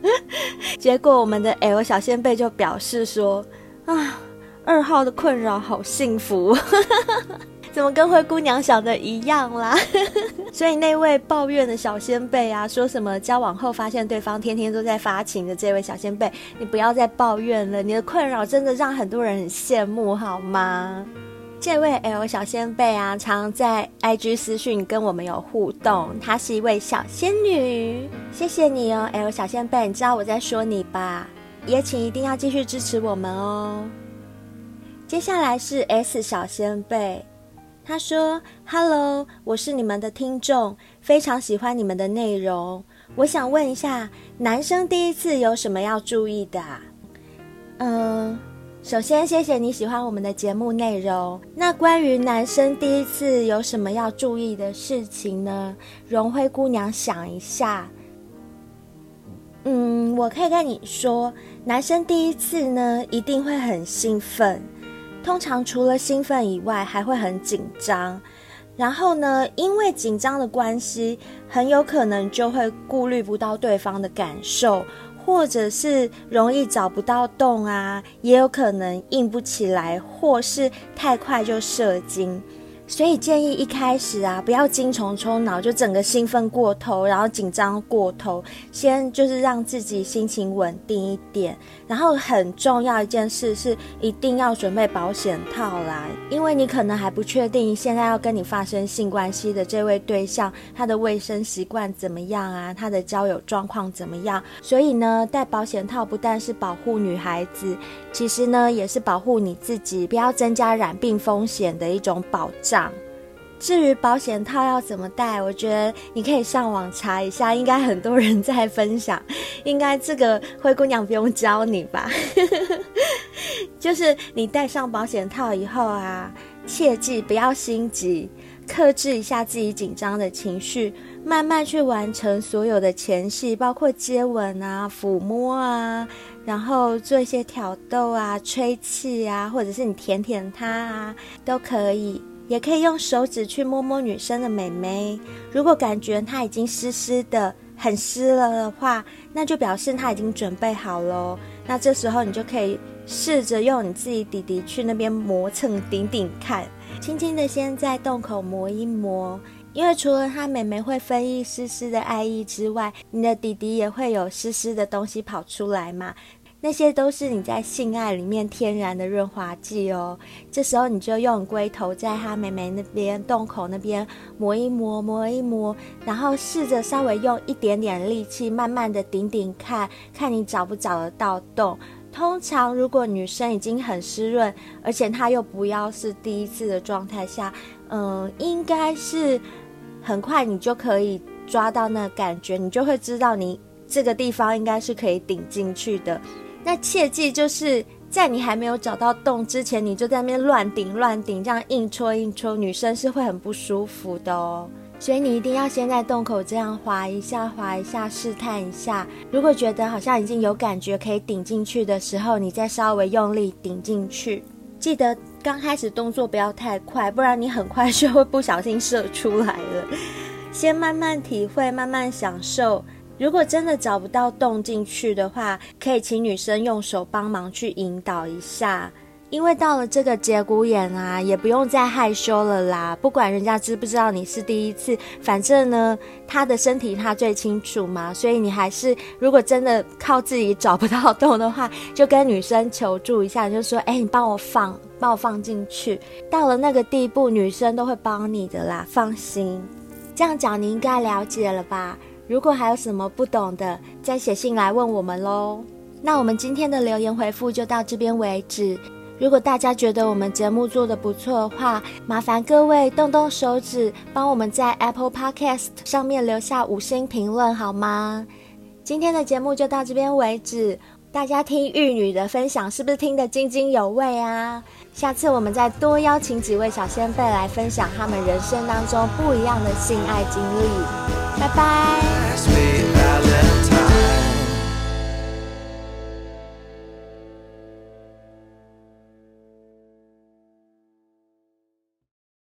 Speaker 3: 结果我们的 L 小仙贝就表示说，啊，二号的困扰好幸福，怎么跟灰姑娘想的一样啦？ 所以那位抱怨的小先辈啊，说什么交往后发现对方天天都在发情的这位小先辈，你不要再抱怨了，你的困扰真的让很多人很羡慕，好吗？这位 L 小先辈啊，常在 IG 私讯跟我们有互动，她是一位小仙女，谢谢你哦，L 小先辈，你知道我在说你吧？也请一定要继续支持我们哦。接下来是 S 小先辈，他说：“Hello，我是你们的听众，非常喜欢你们的内容。我想问一下，男生第一次有什么要注意的、啊？”嗯，首先谢谢你喜欢我们的节目内容。那关于男生第一次有什么要注意的事情呢？容灰姑娘想一下。嗯，我可以跟你说，男生第一次呢，一定会很兴奋。通常除了兴奋以外，还会很紧张。然后呢，因为紧张的关系，很有可能就会顾虑不到对方的感受，或者是容易找不到洞啊，也有可能硬不起来，或是太快就射精。所以建议一开始啊，不要精虫充脑，就整个兴奋过头，然后紧张过头，先就是让自己心情稳定一点。然后很重要一件事是，一定要准备保险套啦，因为你可能还不确定现在要跟你发生性关系的这位对象，他的卫生习惯怎么样啊，他的交友状况怎么样。所以呢，戴保险套不但是保护女孩子，其实呢也是保护你自己，不要增加染病风险的一种保障。至于保险套要怎么戴，我觉得你可以上网查一下，应该很多人在分享，应该这个灰姑娘不用教你吧？ 就是你戴上保险套以后啊，切记不要心急，克制一下自己紧张的情绪，慢慢去完成所有的前戏，包括接吻啊、抚摸啊，然后做一些挑逗啊、吹气啊，或者是你舔舔它啊，都可以。也可以用手指去摸摸女生的美眉，如果感觉她已经湿湿的、很湿了的话，那就表示她已经准备好喽。那这时候你就可以试着用你自己底底去那边磨蹭顶顶看，轻轻的先在洞口磨一磨，因为除了她美眉会分泌湿湿的爱意之外，你的底底也会有湿湿的东西跑出来嘛。那些都是你在性爱里面天然的润滑剂哦。这时候你就用龟头在她妹妹那边洞口那边磨一磨，磨一磨，然后试着稍微用一点点力气，慢慢的顶顶看，看你找不找得到洞。通常如果女生已经很湿润，而且她又不要是第一次的状态下，嗯，应该是很快你就可以抓到那感觉，你就会知道你这个地方应该是可以顶进去的。那切记就是在你还没有找到洞之前，你就在那边乱顶乱顶，这样硬戳硬戳，女生是会很不舒服的哦。所以你一定要先在洞口这样滑一下、滑一下，试探一下。如果觉得好像已经有感觉可以顶进去的时候，你再稍微用力顶进去。记得刚开始动作不要太快，不然你很快就会不小心射出来了。先慢慢体会，慢慢享受。如果真的找不到洞进去的话，可以请女生用手帮忙去引导一下。因为到了这个节骨眼啊，也不用再害羞了啦。不管人家知不知道你是第一次，反正呢，他的身体他最清楚嘛。所以你还是，如果真的靠自己找不到洞的话， 就跟女生求助一下，你就说：“哎、你帮我放，帮我放进去。”到了那个地步，女生都会帮你的啦，放心。这样讲你应该了解了吧？如果还有什么不懂的，再写信来问我们喽。那我们今天的留言回复就到这边为止。如果大家觉得我们节目做的不错的话，麻烦各位动动手指，帮我们在 Apple Podcast 上面留下五星评论好吗？今天的节目就到这边为止。大家听玉女的分享，是不是听得津津有味啊？下次我们再多邀请几位小先辈来分享他们人生当中不一样的性爱经历。拜拜。
Speaker 1: Ask me